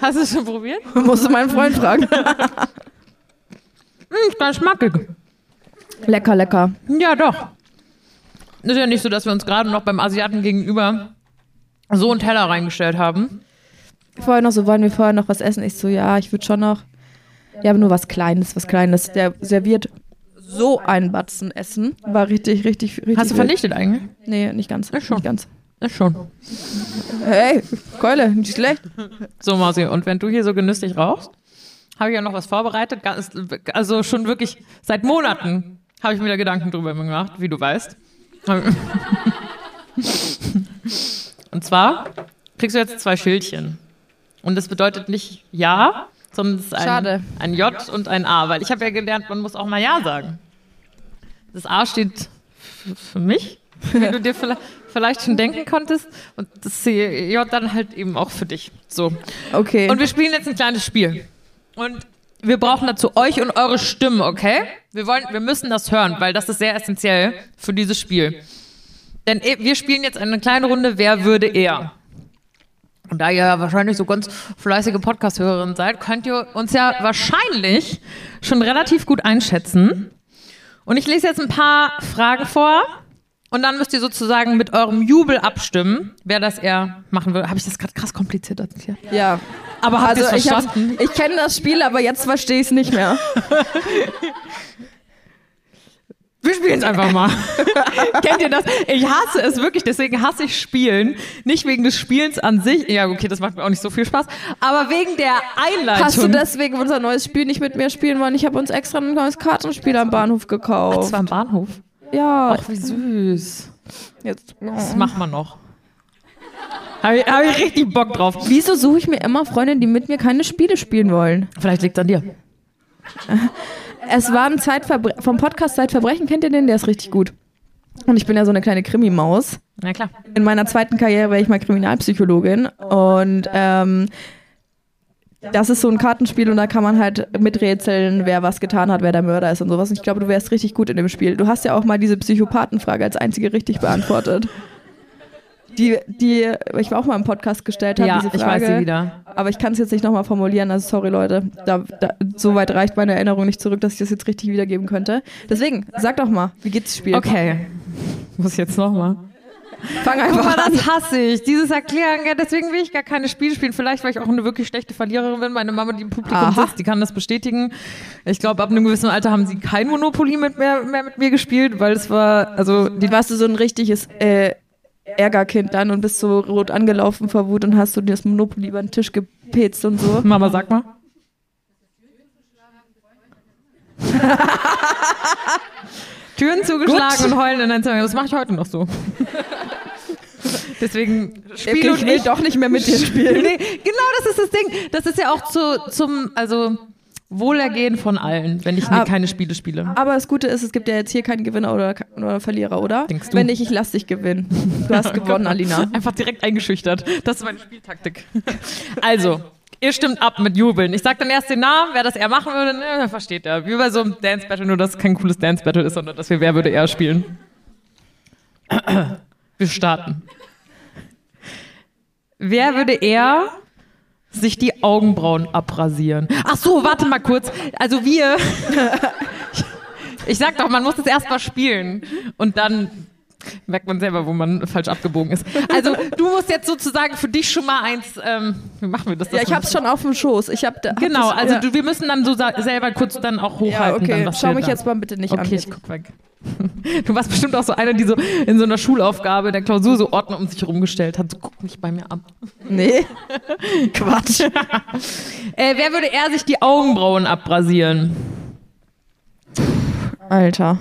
S3: Hast du es schon probiert?
S1: Musste meinen Freund fragen.
S3: Hm, ist ganz schmackig.
S1: Lecker, lecker.
S3: Ja, doch. Ist ja nicht so, dass wir uns gerade noch beim Asiaten gegenüber so einen Teller reingestellt haben.
S1: Vorher noch so, wollen wir vorher noch was essen? Ich so, ja, ich würde schon noch. Ja, aber nur was Kleines, was Kleines. Der serviert so einen Batzen Essen. War richtig, richtig, richtig.
S3: Hast du
S1: wild.
S3: vernichtet eigentlich?
S1: Nee, nicht ganz.
S3: Ich schon.
S1: Nicht ganz.
S3: Ist schon.
S1: Hey, Keule, nicht schlecht.
S3: So, Mausi, und wenn du hier so genüsslich rauchst, habe ich ja noch was vorbereitet. Ganz- Also schon wirklich seit Monaten habe ich mir da Gedanken drüber gemacht, wie du weißt. Und zwar kriegst du jetzt zwei Schildchen. Und das bedeutet nicht Ja, sondern es ist ein,
S1: Schade.
S3: ein J und ein A, weil ich habe ja gelernt, man muss auch mal Ja sagen. Das A steht f- für mich, wie du dir vielleicht, vielleicht schon denken konntest, und das C- J dann halt eben auch für dich. So.
S1: Okay.
S3: Und wir spielen jetzt ein kleines Spiel. Und wir brauchen dazu euch und eure Stimmen, okay? Wir, wollen, wir müssen das hören, weil das ist sehr essentiell für dieses Spiel. Denn eh- wir spielen jetzt eine kleine Runde, wer würde eher? Und da ihr ja wahrscheinlich so ganz fleißige Podcast-Hörerinnen seid, könnt ihr uns ja wahrscheinlich schon relativ gut einschätzen. Und ich lese jetzt ein paar Fragen vor. Und dann müsst ihr sozusagen mit eurem Jubel abstimmen, wer das eher machen würde. Habe ich das gerade krass kompliziert erzählt?
S1: ja.
S3: Aber habt
S1: Also
S3: ihr es
S1: ich, hab-
S3: verstanden?
S1: ich kenne das Spiel, aber jetzt verstehe ich es nicht mehr.
S3: Wir spielen es einfach mal. Kennt ihr das? Ich hasse es wirklich, deswegen hasse ich Spielen. Nicht wegen des Spielens an sich. Ja, okay, das macht mir auch nicht so viel Spaß. Aber wegen der Einleitung.
S1: Hast du deswegen unser neues Spiel nicht mit mir spielen wollen? Ich habe uns extra ein neues Kartenspiel am Bahnhof
S3: Das
S1: gekauft.
S3: war im Bahnhof.
S1: Ja.
S3: Ach, wie süß.
S1: Jetzt.
S3: Das machen wir noch. Habe ich, hab ich richtig Bock drauf.
S1: Wieso suche ich mir immer Freunde, die mit mir keine Spiele spielen wollen?
S3: Vielleicht liegt es an dir.
S1: Es war ein Zeitverbre vom Podcast Zeitverbrechen, kennt ihr den? Der ist richtig gut. Und ich bin ja so eine kleine Krimi-Maus.
S3: Na klar.
S1: In meiner zweiten Karriere war ich mal Kriminalpsychologin und ähm, das ist so ein Kartenspiel und da kann man halt miträtseln, wer was getan hat, wer der Mörder ist und sowas. Und ich glaube, du wärst richtig gut in dem Spiel. Du hast ja auch mal diese Psychopathenfrage als einzige richtig beantwortet. Die, die ich war auch mal im Podcast gestellt habe,
S3: Ja,
S1: diese Frage.
S3: ich weiß sie wieder.
S1: Aber ich kann es jetzt nicht nochmal formulieren, also sorry Leute, da, da, so weit reicht meine Erinnerung nicht zurück, dass ich das jetzt richtig wiedergeben könnte. Deswegen, sag doch mal, wie geht's Spiel?
S3: Okay. Muss ich jetzt nochmal.
S1: Fang
S3: Guck mal,
S1: einfach an.
S3: das hasse ich. Dieses Erklären, gell, deswegen will ich gar keine Spiele spielen. Vielleicht, weil ich auch eine wirklich schlechte Verliererin bin. Meine Mama, die im Publikum
S1: Aha.
S3: sitzt, die kann das bestätigen. Ich glaube, ab einem gewissen Alter haben sie kein Monopoly mit mehr, mehr mit mir gespielt, weil es war, also die,
S1: Warst du so ein richtiges äh, Ärgerkind dann und bist so rot angelaufen vor Wut und hast du dir das Monopoly über den Tisch gepetzt und so?
S3: Mama, sag mal. Türen zugeschlagen
S1: Gut.
S3: und heulen in ein Zimmer. Das mache ich heute noch so. Deswegen
S1: Okay,
S3: Spiel und
S1: Äh, ich will
S3: ich
S1: doch nicht mehr mit dir spielen.
S3: Nee, genau das ist das Ding. Das ist ja auch zu, zum also Wohlergehen von allen, wenn ich mir
S1: Ah.
S3: keine Spiele spiele.
S1: Aber das Gute ist, es gibt ja jetzt hier keinen Gewinner oder, oder Verlierer, oder?
S3: Denkst du?
S1: Wenn nicht, ich lass dich gewinnen. Du hast gewonnen, Alina.
S3: Einfach direkt eingeschüchtert. Das ist meine Spieltaktik. Also, ihr stimmt ab mit Jubeln. Ich sag dann erst den Namen, wer das eher machen würde, ne, dann versteht er. Wie bei so einem Dance Battle, nur dass es kein cooles Dance Battle ist, sondern dass wir wer würde eher spielen. Wir starten. Wer würde eher sich die Augenbrauen abrasieren? Ach so, warte mal kurz. Also wir. Ich sag doch, man muss das erst mal spielen und dann merkt man selber, wo man falsch abgebogen ist. Also du musst jetzt sozusagen für dich schon mal eins. Ähm, wie machen wir das?
S1: Ja, ich hab's schon auf dem Schoß. Ich hab da, hab
S3: Genau,
S1: das-
S3: also
S1: ja.
S3: du, wir müssen dann so sa- selber kurz dann auch hochhalten.
S1: Ja, okay,
S3: dann, was
S1: schau
S3: wir
S1: mich
S3: da-
S1: jetzt mal bitte nicht an.
S3: Okay, ich guck weg. Du warst bestimmt auch so einer, die so in so einer Schulaufgabe der Klausur so Ordner um sich herumgestellt hat. So, guck nicht bei mir ab.
S1: Nee. Quatsch.
S3: Äh, wer würde eher sich die Augenbrauen abrasieren?
S1: Alter.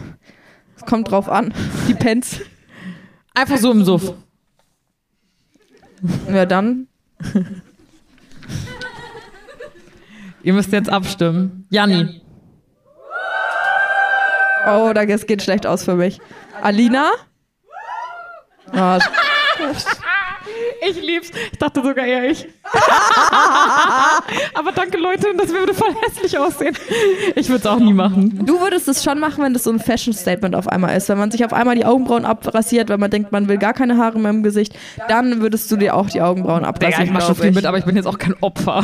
S1: Es kommt drauf an. Die Pens.
S3: Einfach so im Suff.
S1: Ja, dann.
S3: Ihr müsst jetzt abstimmen. Janni.
S1: Oh, da- das geht schlecht aus für mich. Alina? Ah, sch-
S3: Ich lieb's. Ich dachte sogar eher ich. Aber danke, Leute, das würde voll hässlich aussehen. Ich würde es auch nie machen.
S1: Du würdest es schon machen, wenn das so ein Fashion-Statement auf einmal ist. Wenn man sich auf einmal die Augenbrauen abrasiert, wenn man denkt, man will gar keine Haare mehr im Gesicht, dann würdest du dir auch die Augenbrauen
S3: Ja,
S1: abrasieren.
S3: ich mache schon
S1: glaub
S3: viel mit, aber ich bin jetzt auch kein Opfer.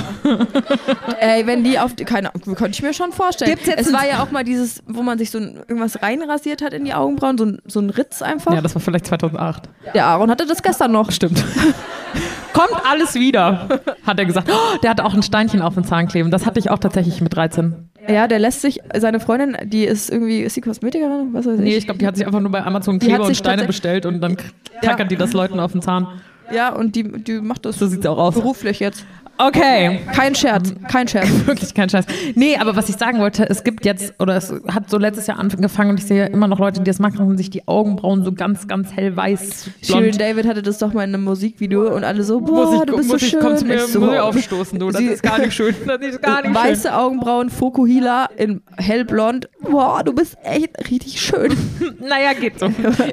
S1: Ey, wenn die auf die, keine Ahnung, könnte ich mir schon vorstellen.
S2: Gibt's jetzt
S1: es
S2: ein-
S1: war ja auch mal dieses, wo man sich so ein, irgendwas reinrasiert hat in die Augenbrauen, so ein, so ein Ritz einfach.
S3: Ja, das war vielleicht 2008.
S1: Der Aaron hatte das gestern noch.
S3: Stimmt. Kommt alles wieder, hat er gesagt. Oh, der hat auch ein Steinchen auf dem Zahn kleben. Das hatte ich auch tatsächlich mit 13.
S1: Ja, der lässt sich, seine Freundin, die ist irgendwie, ist die Kosmetikerin? Was weiß ich.
S3: Nee, ich glaube, die hat sich einfach nur bei Amazon
S1: Die
S3: Kleber
S1: hat
S3: und
S1: sich
S3: Steine
S1: tatsä-
S3: bestellt und dann tackert die das Leuten auf den Zahn.
S1: ja, und die, die macht das
S3: So sieht's auch aus.
S1: beruflich jetzt.
S3: Okay.
S1: Kein Scherz,
S3: Ähm,
S1: kein Scherz.
S3: Wirklich kein Scheiß. Nee, aber was ich sagen wollte, es gibt jetzt, oder es hat so letztes Jahr angefangen und ich sehe immer noch Leute, die das machen und sich die Augenbrauen so ganz, ganz hellweiß
S1: Shirin
S3: blond.
S1: David hatte das doch mal in einem Musikvideo und alle so, boah, du bist so schön.
S3: kommst mir
S1: Ich so,
S3: muss ich aufstoßen, du. Das
S1: Sie-
S3: ist gar nicht schön. Das ist gar nicht schön.
S1: Weiße Augenbrauen, Fokuhila in hellblond. Boah, du bist echt richtig schön.
S3: Naja, geht so.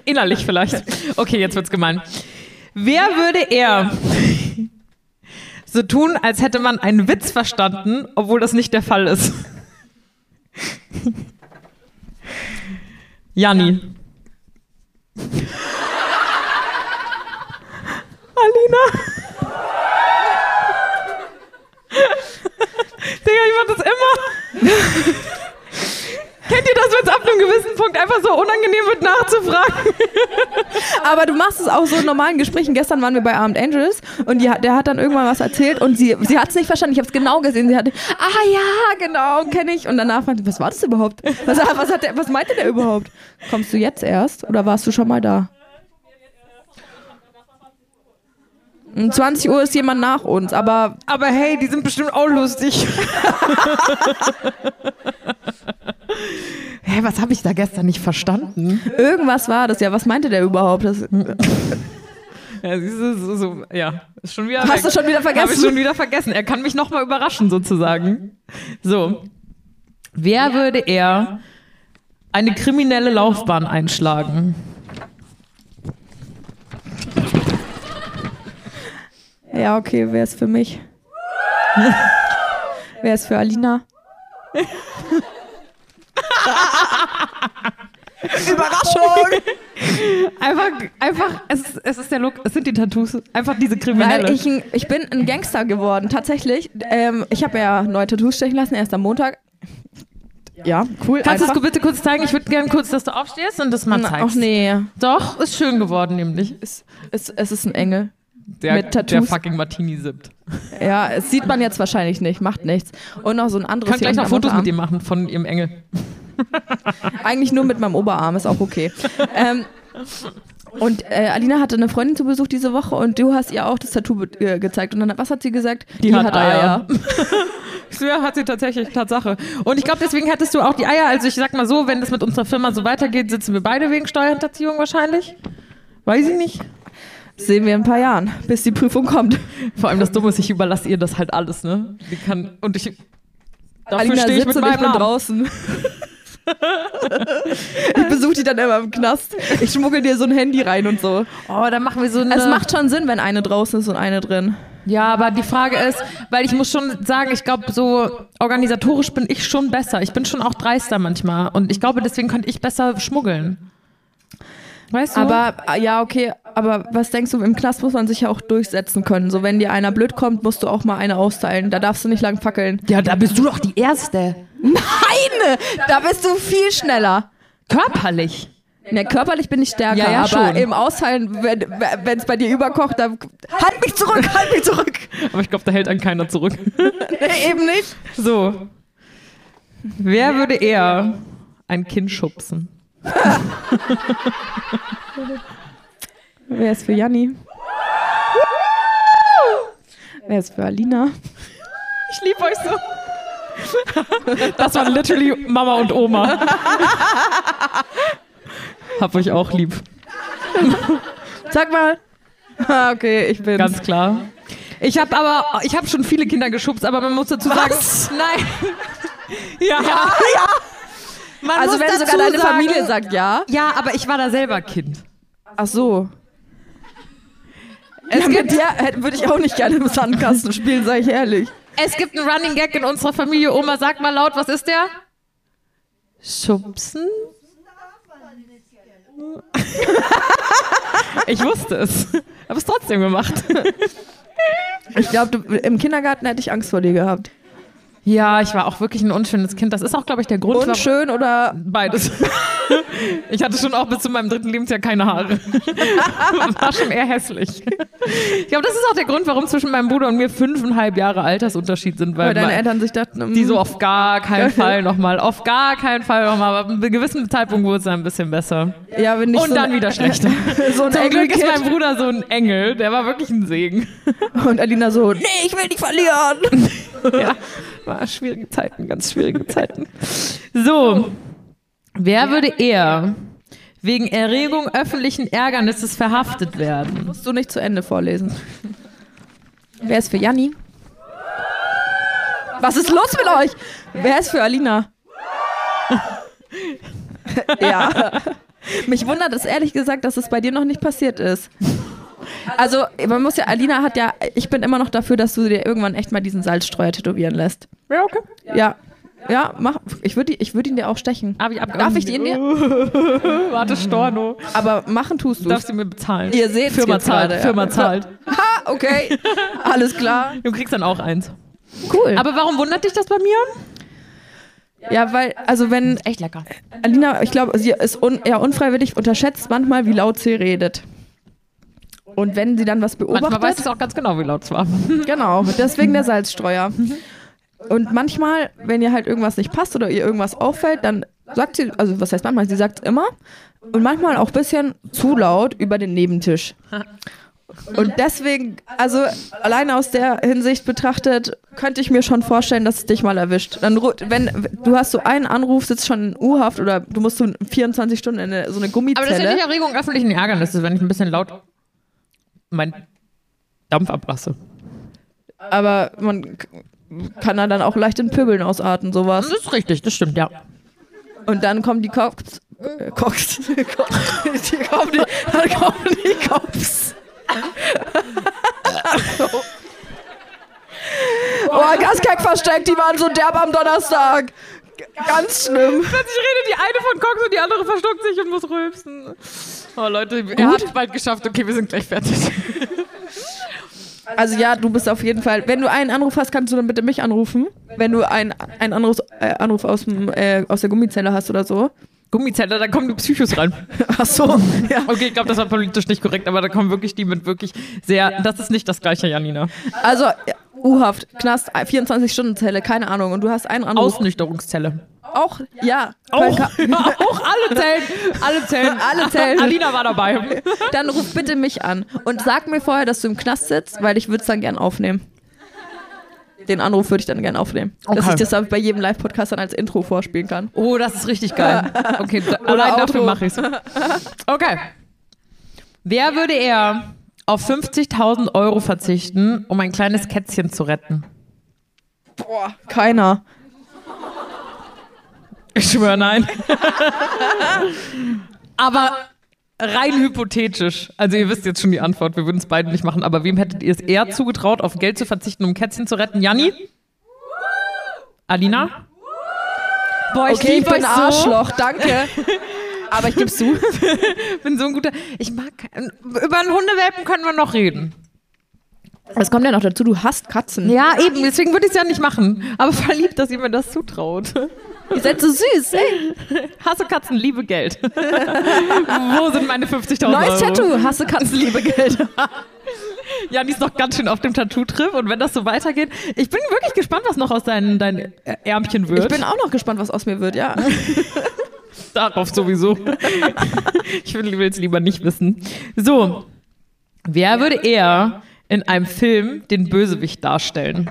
S3: Innerlich vielleicht. Okay, jetzt wird's gemein. Wer würde er so tun, als hätte man einen Witz verstanden, obwohl das nicht der Fall ist? Janni. Alina. Digga, ich mach das immer. Kennt ihr das, wenn es ab einem gewissen Punkt einfach so unangenehm wird, nachzufragen?
S1: Aber du machst es auch so in normalen Gesprächen. Gestern waren wir bei Armed Angels und die, hat- der hat dann irgendwann was erzählt und sie, sie hat es nicht verstanden. Ich habe es genau gesehen. Sie hatte, ah ja, genau, kenne ich. Und danach meinte ich, was war das überhaupt? Was, was, hat der, was meinte der überhaupt? Kommst du jetzt erst oder warst du schon mal da? Um 20 Uhr ist jemand nach uns, aber
S3: Aber hey, die sind bestimmt auch lustig. Hä, was habe ich da gestern nicht verstanden?
S1: irgendwas war das ja. Was meinte der überhaupt? Das,
S3: Ja, siehst du, so, so, ja, ist schon wieder
S1: hast du schon wieder
S3: Habe ich
S1: vergessen?
S3: schon wieder vergessen. Er kann mich nochmal überraschen, sozusagen. So. Wer würde er eine kriminelle Laufbahn einschlagen?
S1: Ja, okay, wäre es für mich. wäre es für Alina?
S2: Überraschung!
S3: Einfach, einfach, es, es ist der Look, es sind die Tattoos, einfach diese Kriminelle.
S1: Weil ich, ein- ich bin ein Gangster geworden, tatsächlich. Ähm, ich habe mir ja neue Tattoos stechen lassen, erst am Montag. Ja, cool.
S3: Kannst du
S1: einfach.
S3: es bitte kurz zeigen? Ich würde gerne kurz, dass du aufstehst und das mal
S1: Ach
S3: zeigst.
S1: nee,
S3: Doch, ist schön geworden nämlich.
S1: es, es, es ist ein Engel.
S3: Der,
S1: Mit Tattoos.
S3: der fucking Martini sippt.
S1: Ja, es sieht man jetzt wahrscheinlich nicht, macht nichts. Und noch so ein
S3: Ich
S1: anderes
S3: kann gleich
S1: hier
S3: noch
S1: unten
S3: Fotos
S1: am
S3: mit ihm machen von ihrem Engel.
S1: Unterarm. Eigentlich nur mit meinem Oberarm, ist auch okay. ähm, und äh, Alina hatte eine Freundin zu Besuch diese Woche und du hast ihr auch das Tattoo be- äh, gezeigt. Und dann, was hat sie gesagt?
S3: Die hat Eier. Ja, hat sie tatsächlich, Tatsache. Und ich glaube, deswegen hättest du auch die Eier. Also ich sag mal so, wenn das mit unserer Firma so weitergeht, sitzen wir beide wegen Steuerhinterziehung wahrscheinlich. Weiß ich nicht.
S1: Das sehen wir in ein paar Jahren, bis die Prüfung kommt.
S3: Vor allem das Dumme ist, ich überlasse ihr das halt alles, ne? Die kann, und ich, dafür
S1: Alina
S3: stehe ich
S1: sitzt
S3: mit
S1: und ich
S3: meinem
S1: bin
S3: Namen.
S1: draußen. ich besuche die dann immer im Knast. Ich schmuggel dir so ein Handy rein und so.
S3: Oh, dann machen wir so eine...
S1: Es macht schon Sinn, wenn eine draußen ist und eine drin.
S3: Ja, aber die Frage ist, weil ich muss schon sagen, ich glaube, so organisatorisch bin ich schon besser. Ich bin schon auch dreister manchmal. Und ich glaube, deswegen könnte ich besser schmuggeln. Weißt du?
S1: Aber äh, ja, okay, aber was denkst du, im Knast muss man sich ja auch durchsetzen können. So, wenn dir einer blöd kommt, musst du auch mal eine austeilen. Da darfst du nicht lang fackeln.
S3: ja, da bist du doch die Erste.
S1: Eine! Da bist du viel schneller.
S3: Körperlich.
S1: Ne, körperlich bin ich stärker,
S3: Ja, ja,
S1: aber
S3: schon.
S1: im Austeilen, wenn es bei dir überkocht, dann halt mich zurück, halt mich zurück.
S3: Aber ich glaube, da hält einen keiner zurück.
S1: nee, eben nicht.
S3: So. Wer würde eher ein Kind schubsen?
S1: Wer ist für Janni? Wer ist für Alina?
S3: Ich liebe euch so. Das waren literally Mama und Oma. Hab euch auch lieb.
S1: Sag mal. Ah, Okay, ich bin.
S3: Ganz klar. Ich habe aber, ich habe schon viele Kinder geschubst, aber man muss dazu sagen, nein. Ja, ja. Man
S1: also
S3: muss
S1: wenn
S3: dazu
S1: sogar deine
S3: sagen-
S1: Familie sagt ja.
S3: Ja, aber ich war da selber Kind.
S1: Ach so. Es gibt ja, hätte- würde ich auch nicht gerne im Sandkasten spielen, sage ich ehrlich.
S3: Es gibt einen Running Gag in unserer Familie. Oma, sag mal laut, was ist der? Schubsen? Ich wusste es. Habe es trotzdem gemacht.
S1: Ich glaube, im Kindergarten hätte ich Angst vor dir gehabt.
S3: Ja, ich war auch wirklich ein unschönes Kind. Das ist auch, glaube ich, der Grund, warum
S1: Unschön oder
S3: Beides. Ich hatte schon auch bis zu meinem dritten Lebensjahr keine Haare. War schon eher hässlich. Ich glaube, das ist auch der Grund, warum zwischen meinem Bruder und mir fünfeinhalb Jahre Altersunterschied sind, weil,
S1: weil deine
S3: man-
S1: Eltern sich dachten, mm,
S3: die so auf gar keinen Fall nochmal, auf gar keinen Fall nochmal, aber ab einem gewissen Zeitpunkt wurde es dann ein bisschen besser.
S1: ja, wenn nicht
S3: Und
S1: so
S3: dann wieder schlechter.
S1: so ein
S3: Zum Glück ist
S1: Engelkind.
S3: mein Bruder so ein Engel, der war wirklich ein Segen.
S1: Und Alina so, nee, ich will nicht verlieren.
S3: Ja, war schwierige Zeiten, ganz schwierige Zeiten. So, wer würde eher wegen Erregung öffentlichen Ärgernisses verhaftet werden?
S1: Musst du nicht zu Ende vorlesen. Wer ist für Janni? Was ist los mit euch? Wer ist für Alina? ja. Mich wundert es ehrlich gesagt, dass es bei dir noch nicht passiert ist. Also, man muss ja, Alina hat ja, ich bin immer noch dafür, dass du dir irgendwann echt mal diesen Salzstreuer tätowieren lässt.
S3: Ja, okay.
S1: Ja. Ja, mach. Ich würde ich würd ihn dir auch stechen.
S3: Hab ich
S1: Darf ich ihn
S3: oh.
S1: dir?
S3: Warte, Storno.
S1: Aber machen tust du.
S3: Darfst du mir bezahlen?
S1: Ihr seht's
S3: Firma
S1: jetzt
S3: zahlt,
S1: gerade, ja.
S3: Firma zahlt.
S1: Ha, Ah, okay. Alles klar.
S3: Du kriegst dann auch eins.
S1: Cool.
S3: Aber warum wundert dich das bei mir?
S1: Ja, weil, also wenn
S3: Hm, Echt lecker.
S1: Alina, ich glaube, sie ist un, ja unfreiwillig unterschätzt manchmal, wie laut sie redet. Und wenn sie dann was
S3: Manchmal weiß
S1: beobachtet,
S3: ich auch ganz genau, wie laut es war.
S1: genau, deswegen der Salzstreuer. Und manchmal, wenn ihr halt irgendwas nicht passt oder ihr irgendwas auffällt, dann sagt sie, also was heißt manchmal, sie sagt immer und manchmal auch ein bisschen zu laut über den Nebentisch. Und deswegen, also alleine aus der Hinsicht betrachtet, könnte ich mir schon vorstellen, dass es dich mal erwischt. Dann, ru- wenn du hast so einen Anruf, sitzt schon in U-Haft oder du musst so in 24 Stunden in eine, so eine
S3: Aber das ist ja
S1: Gummizelle.
S3: nicht Erregung öffentlichen Ärgernisses, wenn ich ein bisschen laut meinen Dampf ablasse.
S1: Aber man k- kann da dann auch leicht in Pöbeln ausarten, sowas.
S3: Das ist richtig, das stimmt, ja.
S1: Und dann kommen die Cops. Äh, Cops. Cops. Die kommen die, dann kommen die Cops. oh, Gaskack versteckt, die waren so derb am Donnerstag. G- Ganz schlimm.
S3: Plötzlich redet die eine von Cox und die andere verstuckt sich und muss rülpsen. Oh Leute, er hat es bald geschafft. Okay, wir sind gleich fertig.
S1: Also ja, du bist auf jeden Fall. Wenn du einen Anruf hast, kannst du dann bitte mich anrufen. Wenn du einen, einen Anruf, äh, Anruf aus, dem, äh, aus der Gummizelle hast oder so.
S3: Gummizelle, da kommen die Psychos rein.
S1: Ach so. Ja.
S3: Okay, ich glaube, das war politisch nicht korrekt, aber da kommen wirklich die mit wirklich sehr. Das ist nicht das gleiche, Janina.
S1: Also ja, U-Haft, Knast, äh, 24-Stunden-Zelle, keine Ahnung. Und du hast einen
S3: Oh.
S1: Anruf.
S3: Ausnüchterungszelle.
S1: Auch, ja.
S3: Auch, ja, auch alle zählen. Alle zählen.
S1: Alle zählen.
S3: Alina war dabei.
S1: Dann ruf bitte mich an und sag mir vorher, dass du im Knast sitzt, weil ich würde es dann gern aufnehmen. Den Anruf würde ich dann gern aufnehmen. Dass
S3: Okay.
S1: ich das dann bei jedem Live-Podcast dann als Intro vorspielen kann.
S3: Oh, das ist richtig geil. Okay, da, allein
S1: Auto.
S3: dafür mache ich's. Okay. Wer würde eher auf 50.000 Euro verzichten, um ein kleines Kätzchen zu retten?
S1: Boah, keiner.
S3: Ich schwöre, nein. aber rein hypothetisch. Also ihr wisst jetzt schon die Antwort. Wir würden es beiden nicht machen. Aber wem hättet ihr es eher zugetraut, auf Geld zu verzichten, um Kätzchen zu retten? Janni? Alina? Boah, ich
S1: Okay, ich
S3: liebe euch
S1: bin
S3: so.
S1: Arschloch, danke. Aber ich geb's zu.
S3: bin so ein guter. Ich mag. kein- Über einen Hundewelpen können wir noch reden.
S1: Was kommt denn noch dazu? Du hasst Katzen.
S3: Ja, eben. Deswegen würde ich es ja nicht machen. Aber verliebt, dass ihr mir das zutraut.
S1: Ihr seid so süß. Ey.
S3: Hasse Katzen, liebe Geld. Wo sind meine 50.000 Euro?
S1: Neues Tattoo. Hasse Katzen, liebe Geld.
S3: Ja, die ist noch ganz schön auf dem Tattoo-Trip. Und wenn das so weitergeht, ich bin wirklich gespannt, was noch aus deinen, deinen Ä- Ärmchen wird.
S1: Ich bin auch noch gespannt, was aus mir wird, ja.
S3: darauf sowieso. ich will es lieber nicht wissen. So, wer würde eher in einem Film den Bösewicht darstellen?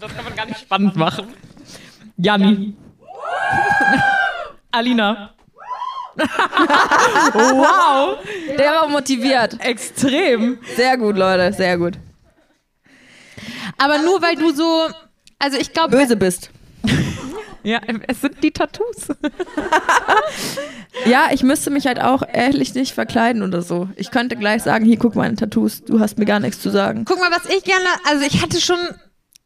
S3: Das kann man gar nicht spannend machen. Janni. Alina. wow,
S1: Der war motiviert.
S3: extrem.
S1: Sehr gut, Leute, sehr gut.
S3: Aber nur weil du so, also ich glaube,
S1: Böse bist.
S3: Ja, es sind die Tattoos.
S1: Ja, ich müsste mich halt auch ehrlich nicht verkleiden oder so. Ich könnte gleich sagen, hier, guck meine Tattoos, du hast mir gar nichts zu sagen.
S3: Guck mal, was ich gerne, also ich hatte schon,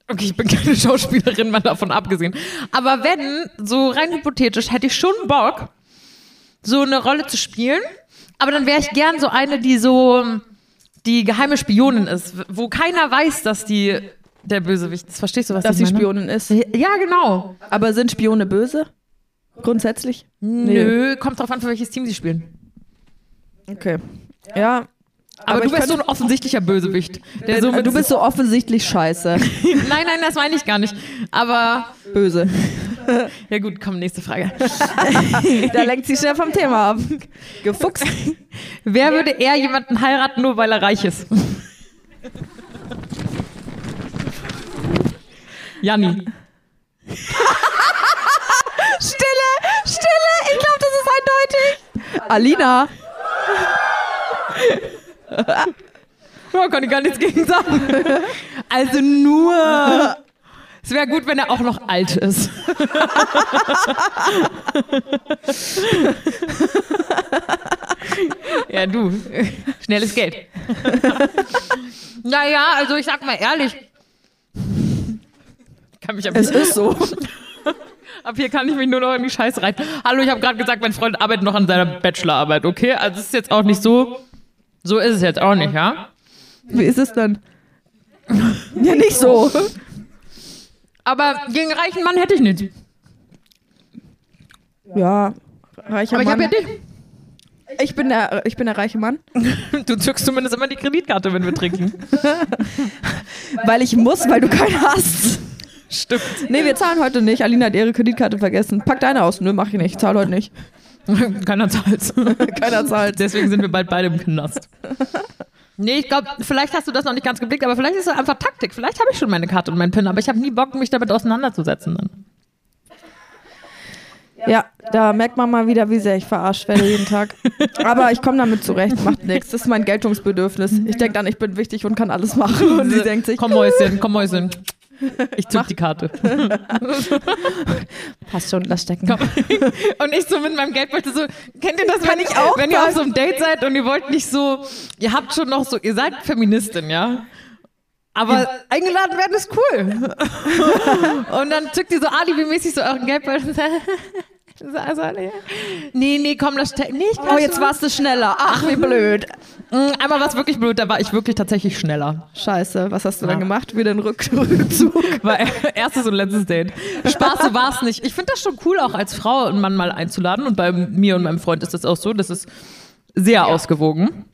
S3: okay, ich bin keine Schauspielerin, mal davon abgesehen, aber wenn, so rein hypothetisch, hätte ich schon Bock, so eine Rolle zu spielen, aber dann wäre ich gern so eine, die so die geheime Spionin ist, wo keiner weiß, dass die der Bösewicht ist. Verstehst du, was
S1: Dass
S3: ich
S1: sie
S3: meine?
S1: Spionin ist.
S3: Ja, genau.
S1: Aber sind Spione böse? Grundsätzlich?
S3: Nö, kommt drauf an, für welches Team sie spielen.
S1: Okay. Ja.
S3: Aber,
S1: Aber
S3: du
S1: ich
S3: bist so ein
S1: könnte-
S3: offensichtlicher Bösewicht. Der so mit
S1: Also du bist so offensichtlich scheiße.
S3: nein, nein, das meine ich gar nicht. Aber
S1: Böse.
S3: ja gut, komm, nächste Frage.
S1: Da lenkt sie schnell vom Thema ab. Gefuchst.
S3: Wer würde eher jemanden heiraten, nur weil er reich ist? Janni.
S1: Stille! Ich glaube, das ist eindeutig. Alina.
S3: Ja, kann ich gar nichts gegen sagen. Also nur. Es wäre gut, wenn er auch noch alt ist. ja, du. Schnelles Geld. Naja, also ich sag mal ehrlich. Ich Kann mich ab,
S1: Es ist so.
S3: ab hier kann ich mich nur noch in die Scheiße rein. Hallo, ich habe gerade gesagt, mein Freund arbeitet noch an seiner Bachelorarbeit, okay? Also es ist jetzt auch nicht so. So ist es jetzt auch nicht, ja?
S1: Wie ist es denn? Ja, nicht so.
S3: Aber gegen einen reichen Mann hätte ich nichts.
S1: Ja. Reicher
S3: Aber ich
S1: Mann.
S3: habe ja dich.
S1: ich, bin der, ich bin der reiche Mann.
S3: Du zückst zumindest immer die Kreditkarte, wenn wir trinken.
S1: Weil ich muss, weil du keinen hast.
S3: Stimmt.
S1: Nee, wir zahlen heute nicht. Alina hat ihre Kreditkarte vergessen. Pack deine aus. Nö, mach ich nicht. Ich zahle heute nicht.
S3: Keiner zahlt.
S1: Keiner zahlt.
S3: Deswegen sind wir bald beide im Knast. Nee, ich glaube, vielleicht hast du das noch nicht ganz geblickt, aber vielleicht ist das einfach Taktik. Vielleicht habe ich schon meine Karte und meinen PIN, aber ich habe nie Bock, mich damit auseinanderzusetzen. Dann.
S1: Ja, da merkt man mal wieder, wie sehr ich verarscht werde jeden Tag. Aber ich komme damit zurecht, macht nichts. Das ist mein Geltungsbedürfnis. Ich denke dann, ich bin wichtig und kann alles machen. Und sie denkt sich,
S3: Komm, Mäuschen, komm, Mäuschen. Ich zück die Karte.
S1: passt schon, lass stecken.
S3: Und ich so mit meinem Geldbeutel so, kennt ihr das, wenn,
S1: ich auch
S3: wenn ihr auf
S1: sagen.
S3: so einem Date seid und ihr wollt nicht so, ihr habt schon noch so, ihr seid Feministin, ja? Aber eingeladen werden ist cool. und dann zückt ihr so alibimäßig so euren Geldbeutel und sagt, so, also, nee. nee, nee, komm, das stecken. Nee, ich
S1: Oh,
S3: glaub
S1: jetzt
S3: schon.
S1: warst du schneller. Ach, wie blöd.
S3: Mm, Einmal war es wirklich blöd, da war ich wirklich tatsächlich schneller.
S1: Scheiße, was hast du dann gemacht? Wieder ein Rück Rückzug.
S3: War erstes und letztes Date. Spaß so war es nicht. Ich finde das schon cool, auch als Frau einen Mann mal einzuladen. Und bei mir und meinem Freund ist das auch so. Das ist sehr ausgewogen.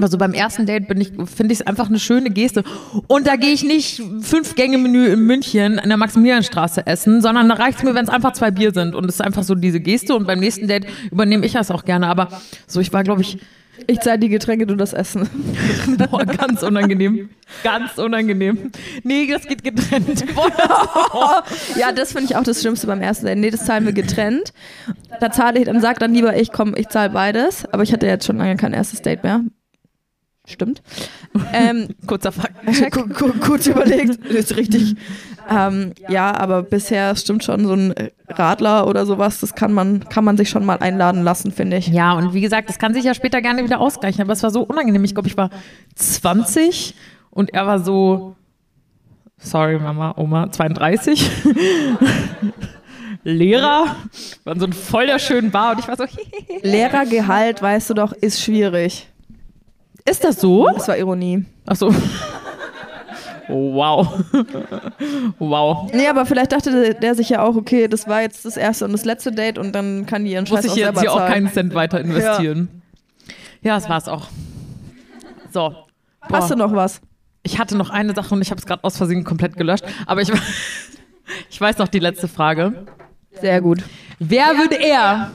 S3: Also beim ersten Date bin ich, finde ich es einfach eine schöne Geste. Und da gehe ich nicht fünf Gänge Menü in München in der Maximilianstraße essen, sondern da reicht es mir, wenn es einfach zwei Bier sind. Und es ist einfach so diese Geste. Und beim nächsten Date übernehme ich das auch gerne. Aber so, ich war, glaube ich,
S1: Ich zahle die Getränke, du das Essen.
S3: Boah, ganz unangenehm. Ganz unangenehm. Nee, das geht getrennt. Boah, das
S1: Ja, das finde ich auch das Schlimmste beim ersten Date. Nee, das zahlen wir getrennt. Da zahle ich, dann sag dann lieber ich, komm, ich zahle beides. Aber ich hatte jetzt schon lange kein erstes Date mehr. Stimmt. Ähm,
S3: Kurzer Fakt.
S1: Ku- ku- Kurz überlegt, ist richtig. Ähm, ja, aber bisher stimmt schon so ein Radler oder sowas, das kann man, kann man sich schon mal einladen lassen, finde ich.
S3: Ja, und wie gesagt, das kann sich ja später gerne wieder ausgleichen, aber es war so unangenehm. Ich glaube, ich war 20 und er war so, sorry Mama, Oma, 32. Lehrer, war in so ein voll der schönen Bar und ich war so,
S1: Lehrergehalt, weißt du doch, ist schwierig.
S3: ist das so?
S1: Das war Ironie.
S3: Ach so. Oh, wow. Wow.
S1: Nee, aber vielleicht dachte der, der sich ja auch, okay, das war jetzt das erste und das letzte Date und dann kann die ihren
S3: Muss
S1: Scheiß
S3: ich
S1: auch
S3: jetzt
S1: selber
S3: hier auch
S1: zahlen.
S3: keinen Cent weiter investieren. Ja, das war's auch. So.
S1: Hast du noch was?
S3: Ich hatte noch eine Sache und ich habe es gerade aus Versehen komplett gelöscht. Aber ich, ich weiß noch die letzte Frage.
S1: Sehr gut.
S3: Wer würde eher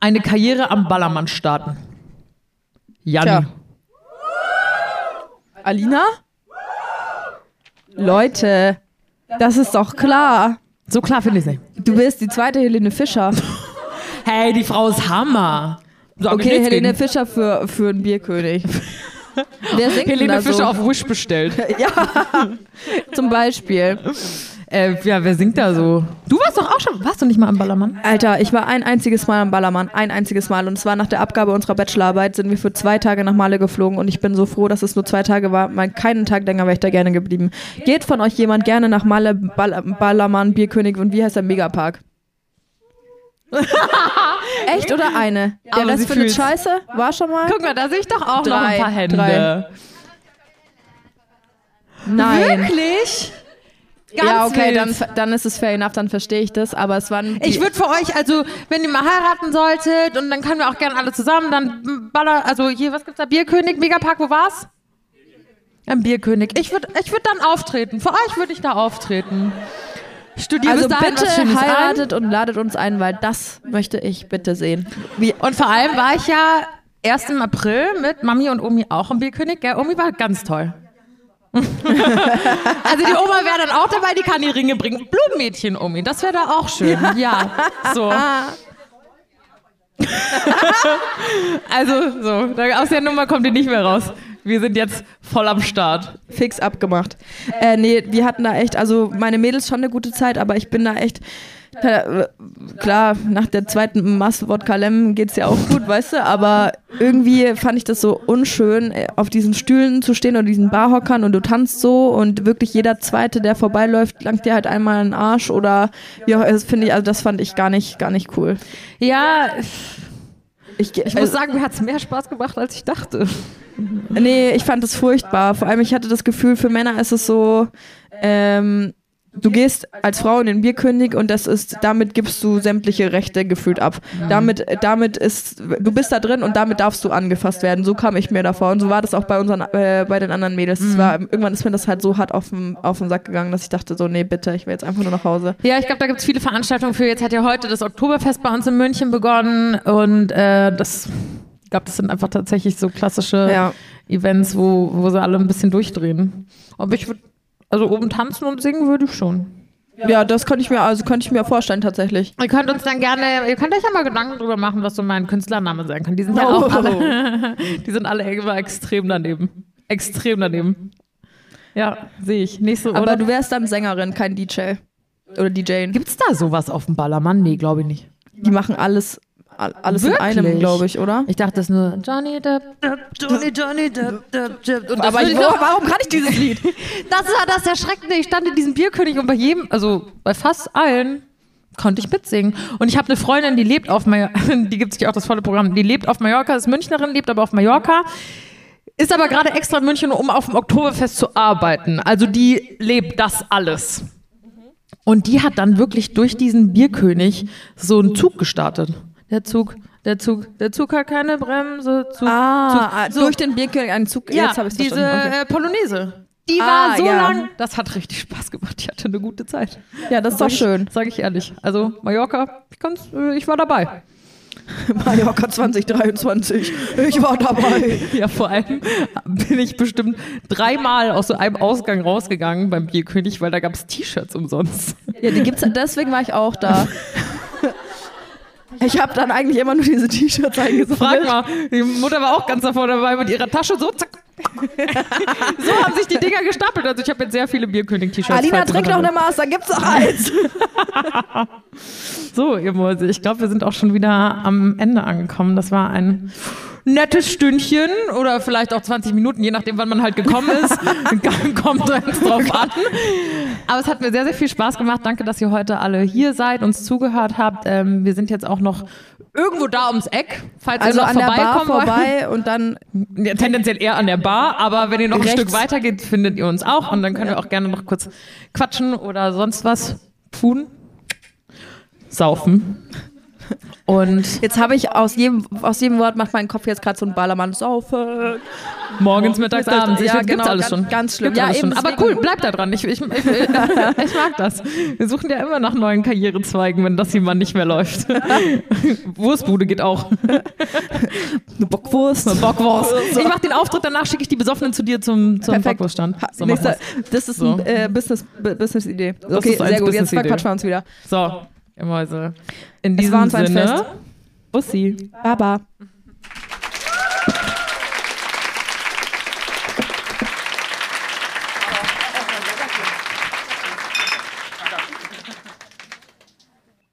S3: eine Karriere am Ballermann starten? Janni.
S1: Tja. Alina? Leute, das ist doch klar.
S3: So klar finde ich nicht.
S1: Du bist die zweite Helene Fischer.
S3: Hey, die Frau ist Hammer. Sag ich
S1: Okay,
S3: nichts
S1: Helene
S3: gegen.
S1: Fischer für, für einen Bierkönig. Wer singt denn
S3: Helene
S1: da
S3: Fischer
S1: so?
S3: auf Wish bestellt.
S1: Zum Beispiel.
S3: Äh, ja, wer singt da so? Du warst doch auch schon, warst du nicht mal am Ballermann?
S1: Alter, ich war ein einziges Mal am Ballermann, ein einziges Mal. Und zwar nach der Abgabe unserer Bachelorarbeit sind wir für zwei Tage nach Male geflogen und ich bin so froh, dass es nur zwei Tage war. Mal keinen Tag länger wäre ich da gerne geblieben. Geht von euch jemand gerne nach Male, Ball Ballermann, Bierkönig und wie heißt der Megapark? Echt oder eine? Der
S3: Aber
S1: Rest
S3: sie
S1: findet
S3: fühlt's.
S1: scheiße? War schon mal?
S3: Guck mal, da sehe ich doch auch noch
S1: Drei,
S3: ein paar Hände.
S1: drei. Nein.
S3: Wirklich? Ganz
S1: ja, okay,
S3: wild.
S1: dann, dann ist es fair enough, dann verstehe ich das, aber es waren.
S3: Ich würde für euch, also, wenn ihr mal heiraten solltet und dann können wir auch gerne alle zusammen, dann m, baller, also hier, was gibt's da? Bierkönig, Megapark, wo war's? Am Bierkönig. Ich würde ich würd dann auftreten. Für euch würde ich da auftreten. Studier
S1: also
S3: bis dahin
S1: bitte
S3: halt was Schönes ein.
S1: heiratet und ladet uns ein, weil das möchte ich bitte sehen. Wie,
S3: Und vor allem war ich ja erst im April mit Mami und Omi auch im Bierkönig. Gell? Omi war ganz toll. also die Oma wäre dann auch dabei, die kann die Ringe bringen. Blumenmädchen, Omi, das wäre da auch schön. Ja, so. also so, da- aus der Nummer kommt ihr nicht mehr raus. Wir sind jetzt voll am Start.
S1: fix abgemacht. Äh, nee, wir hatten da echt, also meine Mädels schon eine gute Zeit, aber ich bin da echt. Äh, klar, nach der zweiten Mass-Wodka-Lem geht's ja auch gut, weißt du, aber irgendwie fand ich das so unschön, äh, auf diesen Stühlen zu stehen oder diesen Barhockern und du tanzt so und wirklich jeder Zweite, der vorbeiläuft, langt dir halt einmal einen Arsch oder wie auch, das finde ich, also das fand ich gar nicht, gar nicht cool.
S3: Ja, also
S1: Ich, also
S3: ich muss sagen, mir hat es mehr Spaß gemacht, als ich dachte.
S1: Nee, ich fand es furchtbar. Vor allem, ich hatte das Gefühl, für Männer ist es so, ähm, du gehst als Frau in den Bierkönig und das ist, damit gibst du sämtliche Rechte gefühlt ab. Damit, damit ist, du bist da drin und damit darfst du angefasst werden. So kam ich mir davor und so war das auch bei unseren, äh, bei den anderen Mädels. Es war,
S3: Mhm.
S1: irgendwann ist mir das halt so hart auf den, auf den Sack gegangen, dass ich dachte so, nee, bitte, ich will jetzt einfach nur nach Hause.
S3: Ja, ich glaube, da gibt's viele Veranstaltungen für. Jetzt hat ja heute das Oktoberfest bei uns in München begonnen und äh, das, ich glaube, das sind einfach tatsächlich so klassische
S1: Ja.
S3: Events, wo, wo sie alle ein bisschen durchdrehen. Aber ich würde, also oben tanzen und singen würde ich schon.
S1: Ja, das könnte ich mir, also könnte ich mir vorstellen tatsächlich.
S3: Ihr könnt uns dann gerne, ihr könnt euch ja mal Gedanken drüber machen, was so mein Künstlername sein kann. Die sind ja auch alle, die sind alle immer extrem daneben. Extrem daneben. Ja, sehe ich. Nächste
S1: Aber
S3: oder?
S1: du wärst dann Sängerin, kein DJ. Oder DJ.
S3: Gibt's da sowas auf dem Ballermann? Nee, glaube ich nicht.
S1: Die machen alles, all- alles in einem,
S3: Wirklich?
S1: glaube ich, oder?
S3: Ich dachte, das ist nur Johnny Depp.
S2: Johnny, Johnny, dip, dip, dip. Und
S1: Aber
S3: würde
S1: ich,
S3: ich doch-
S1: warum kann ich dieses Lied?
S3: Das war das Erschreckende. Ich stand in diesem Bierkönig und bei jedem, also bei fast allen, konnte ich mitsingen. Und ich habe eine Freundin, die lebt auf Mallorca, die gibt sich auch das volle Programm, die lebt auf Mallorca, ist Münchnerin, lebt aber auf Mallorca, ist aber gerade extra in München, um auf dem Oktoberfest zu arbeiten. Also die lebt das alles. Und die hat dann wirklich durch diesen Bierkönig so einen Zug gestartet. Der Zug, der Zug, der Zug hat keine Bremse, Zug,
S1: Ah,
S3: Zug, Zug.
S1: durch den Bierkönig einen Zug.
S3: Ja,
S1: Jetzt habe ich es
S3: diese
S1: verstanden.
S3: äh, Polonaise. Die
S1: Ah,
S3: war so
S1: ja.
S3: lang. Das hat richtig Spaß gemacht. Ich hatte eine gute Zeit.
S1: Okay. Ja, das ist doch schön.
S3: Sage ich ehrlich. Also Mallorca, ich, kann's, äh, ich war dabei.
S1: Mallorca 2023. Ich war dabei.
S3: Ja, vor allem bin ich bestimmt dreimal aus so einem Ausgang rausgegangen beim Bierkönig, weil da gab es T-Shirts umsonst.
S1: Ja, die gibt's, deswegen war ich auch da. Ich habe dann eigentlich immer nur diese T-Shirts eingesammelt.
S3: Frag mal, die Mutter war auch ganz davor dabei mit ihrer Tasche so zack. so haben sich die Dinger gestapelt. Also ich habe jetzt sehr viele Bierkönig-T-Shirts.
S1: Alina
S3: falls ihr
S1: trinkt noch
S3: noch-
S1: eine Maß, dann gibt's noch eins.
S3: So, ihr Mäuse, ich glaube, wir sind auch schon wieder am Ende angekommen. Das war ein nettes Stündchen oder vielleicht auch 20 Minuten, je nachdem, wann man halt gekommen ist. Kommt ganz
S1: Oh
S3: drauf an. Aber es hat mir sehr, sehr viel Spaß gemacht. Danke, dass ihr heute alle hier seid, uns zugehört habt. Ähm, wir sind jetzt auch noch irgendwo da ums Eck, falls
S1: Also
S3: ihr noch
S1: an der Bar
S3: vorbeikommen wollt.
S1: vorbei und dann
S3: Ja, tendenziell eher an der Bar, aber wenn ihr noch ein
S1: Rechts.
S3: Stück weiter geht, findet ihr uns auch und dann können wir auch gerne noch kurz quatschen oder sonst was tun. Saufen. Und
S1: Jetzt habe ich aus jedem, aus jedem Wort macht mein Kopf jetzt gerade so einen Ballermann saufen.
S3: morgens, mittags,
S1: Mittags,
S3: abends. Ich
S1: ja,
S3: finde,
S1: genau,
S3: gibt's alles
S1: ganz-
S3: schon.
S1: ganz schlimm.
S3: Gibt's
S1: Ja,
S3: alles
S1: eben,
S3: schon. Aber cool,
S1: deswegen-
S3: bleibt da dran. Ich, ich, ich, ich mag das. Wir suchen ja immer nach neuen Karrierezweigen, wenn das jemand nicht mehr läuft. Wurstbude geht auch.
S1: Eine Bockwurst.
S3: Bockwurst. Ich mache den Auftritt, danach schicke ich die Besoffenen zu dir zum, zum
S1: Perfekt.
S3: Bockwurststand.
S1: Ha,
S3: machen
S1: nächster,
S3: wir's.
S1: das ist
S3: So.
S1: ein äh, Business, B- Business-Idee. okay,
S3: ist eine
S1: sehr gut. Jetzt
S3: Business-Idee.
S1: quatschen wir uns wieder.
S3: So, ihr Mäuse. In
S1: war
S3: diesem
S1: uns ein
S3: Sinne,
S1: Fest.
S3: Bussi.
S1: Baba.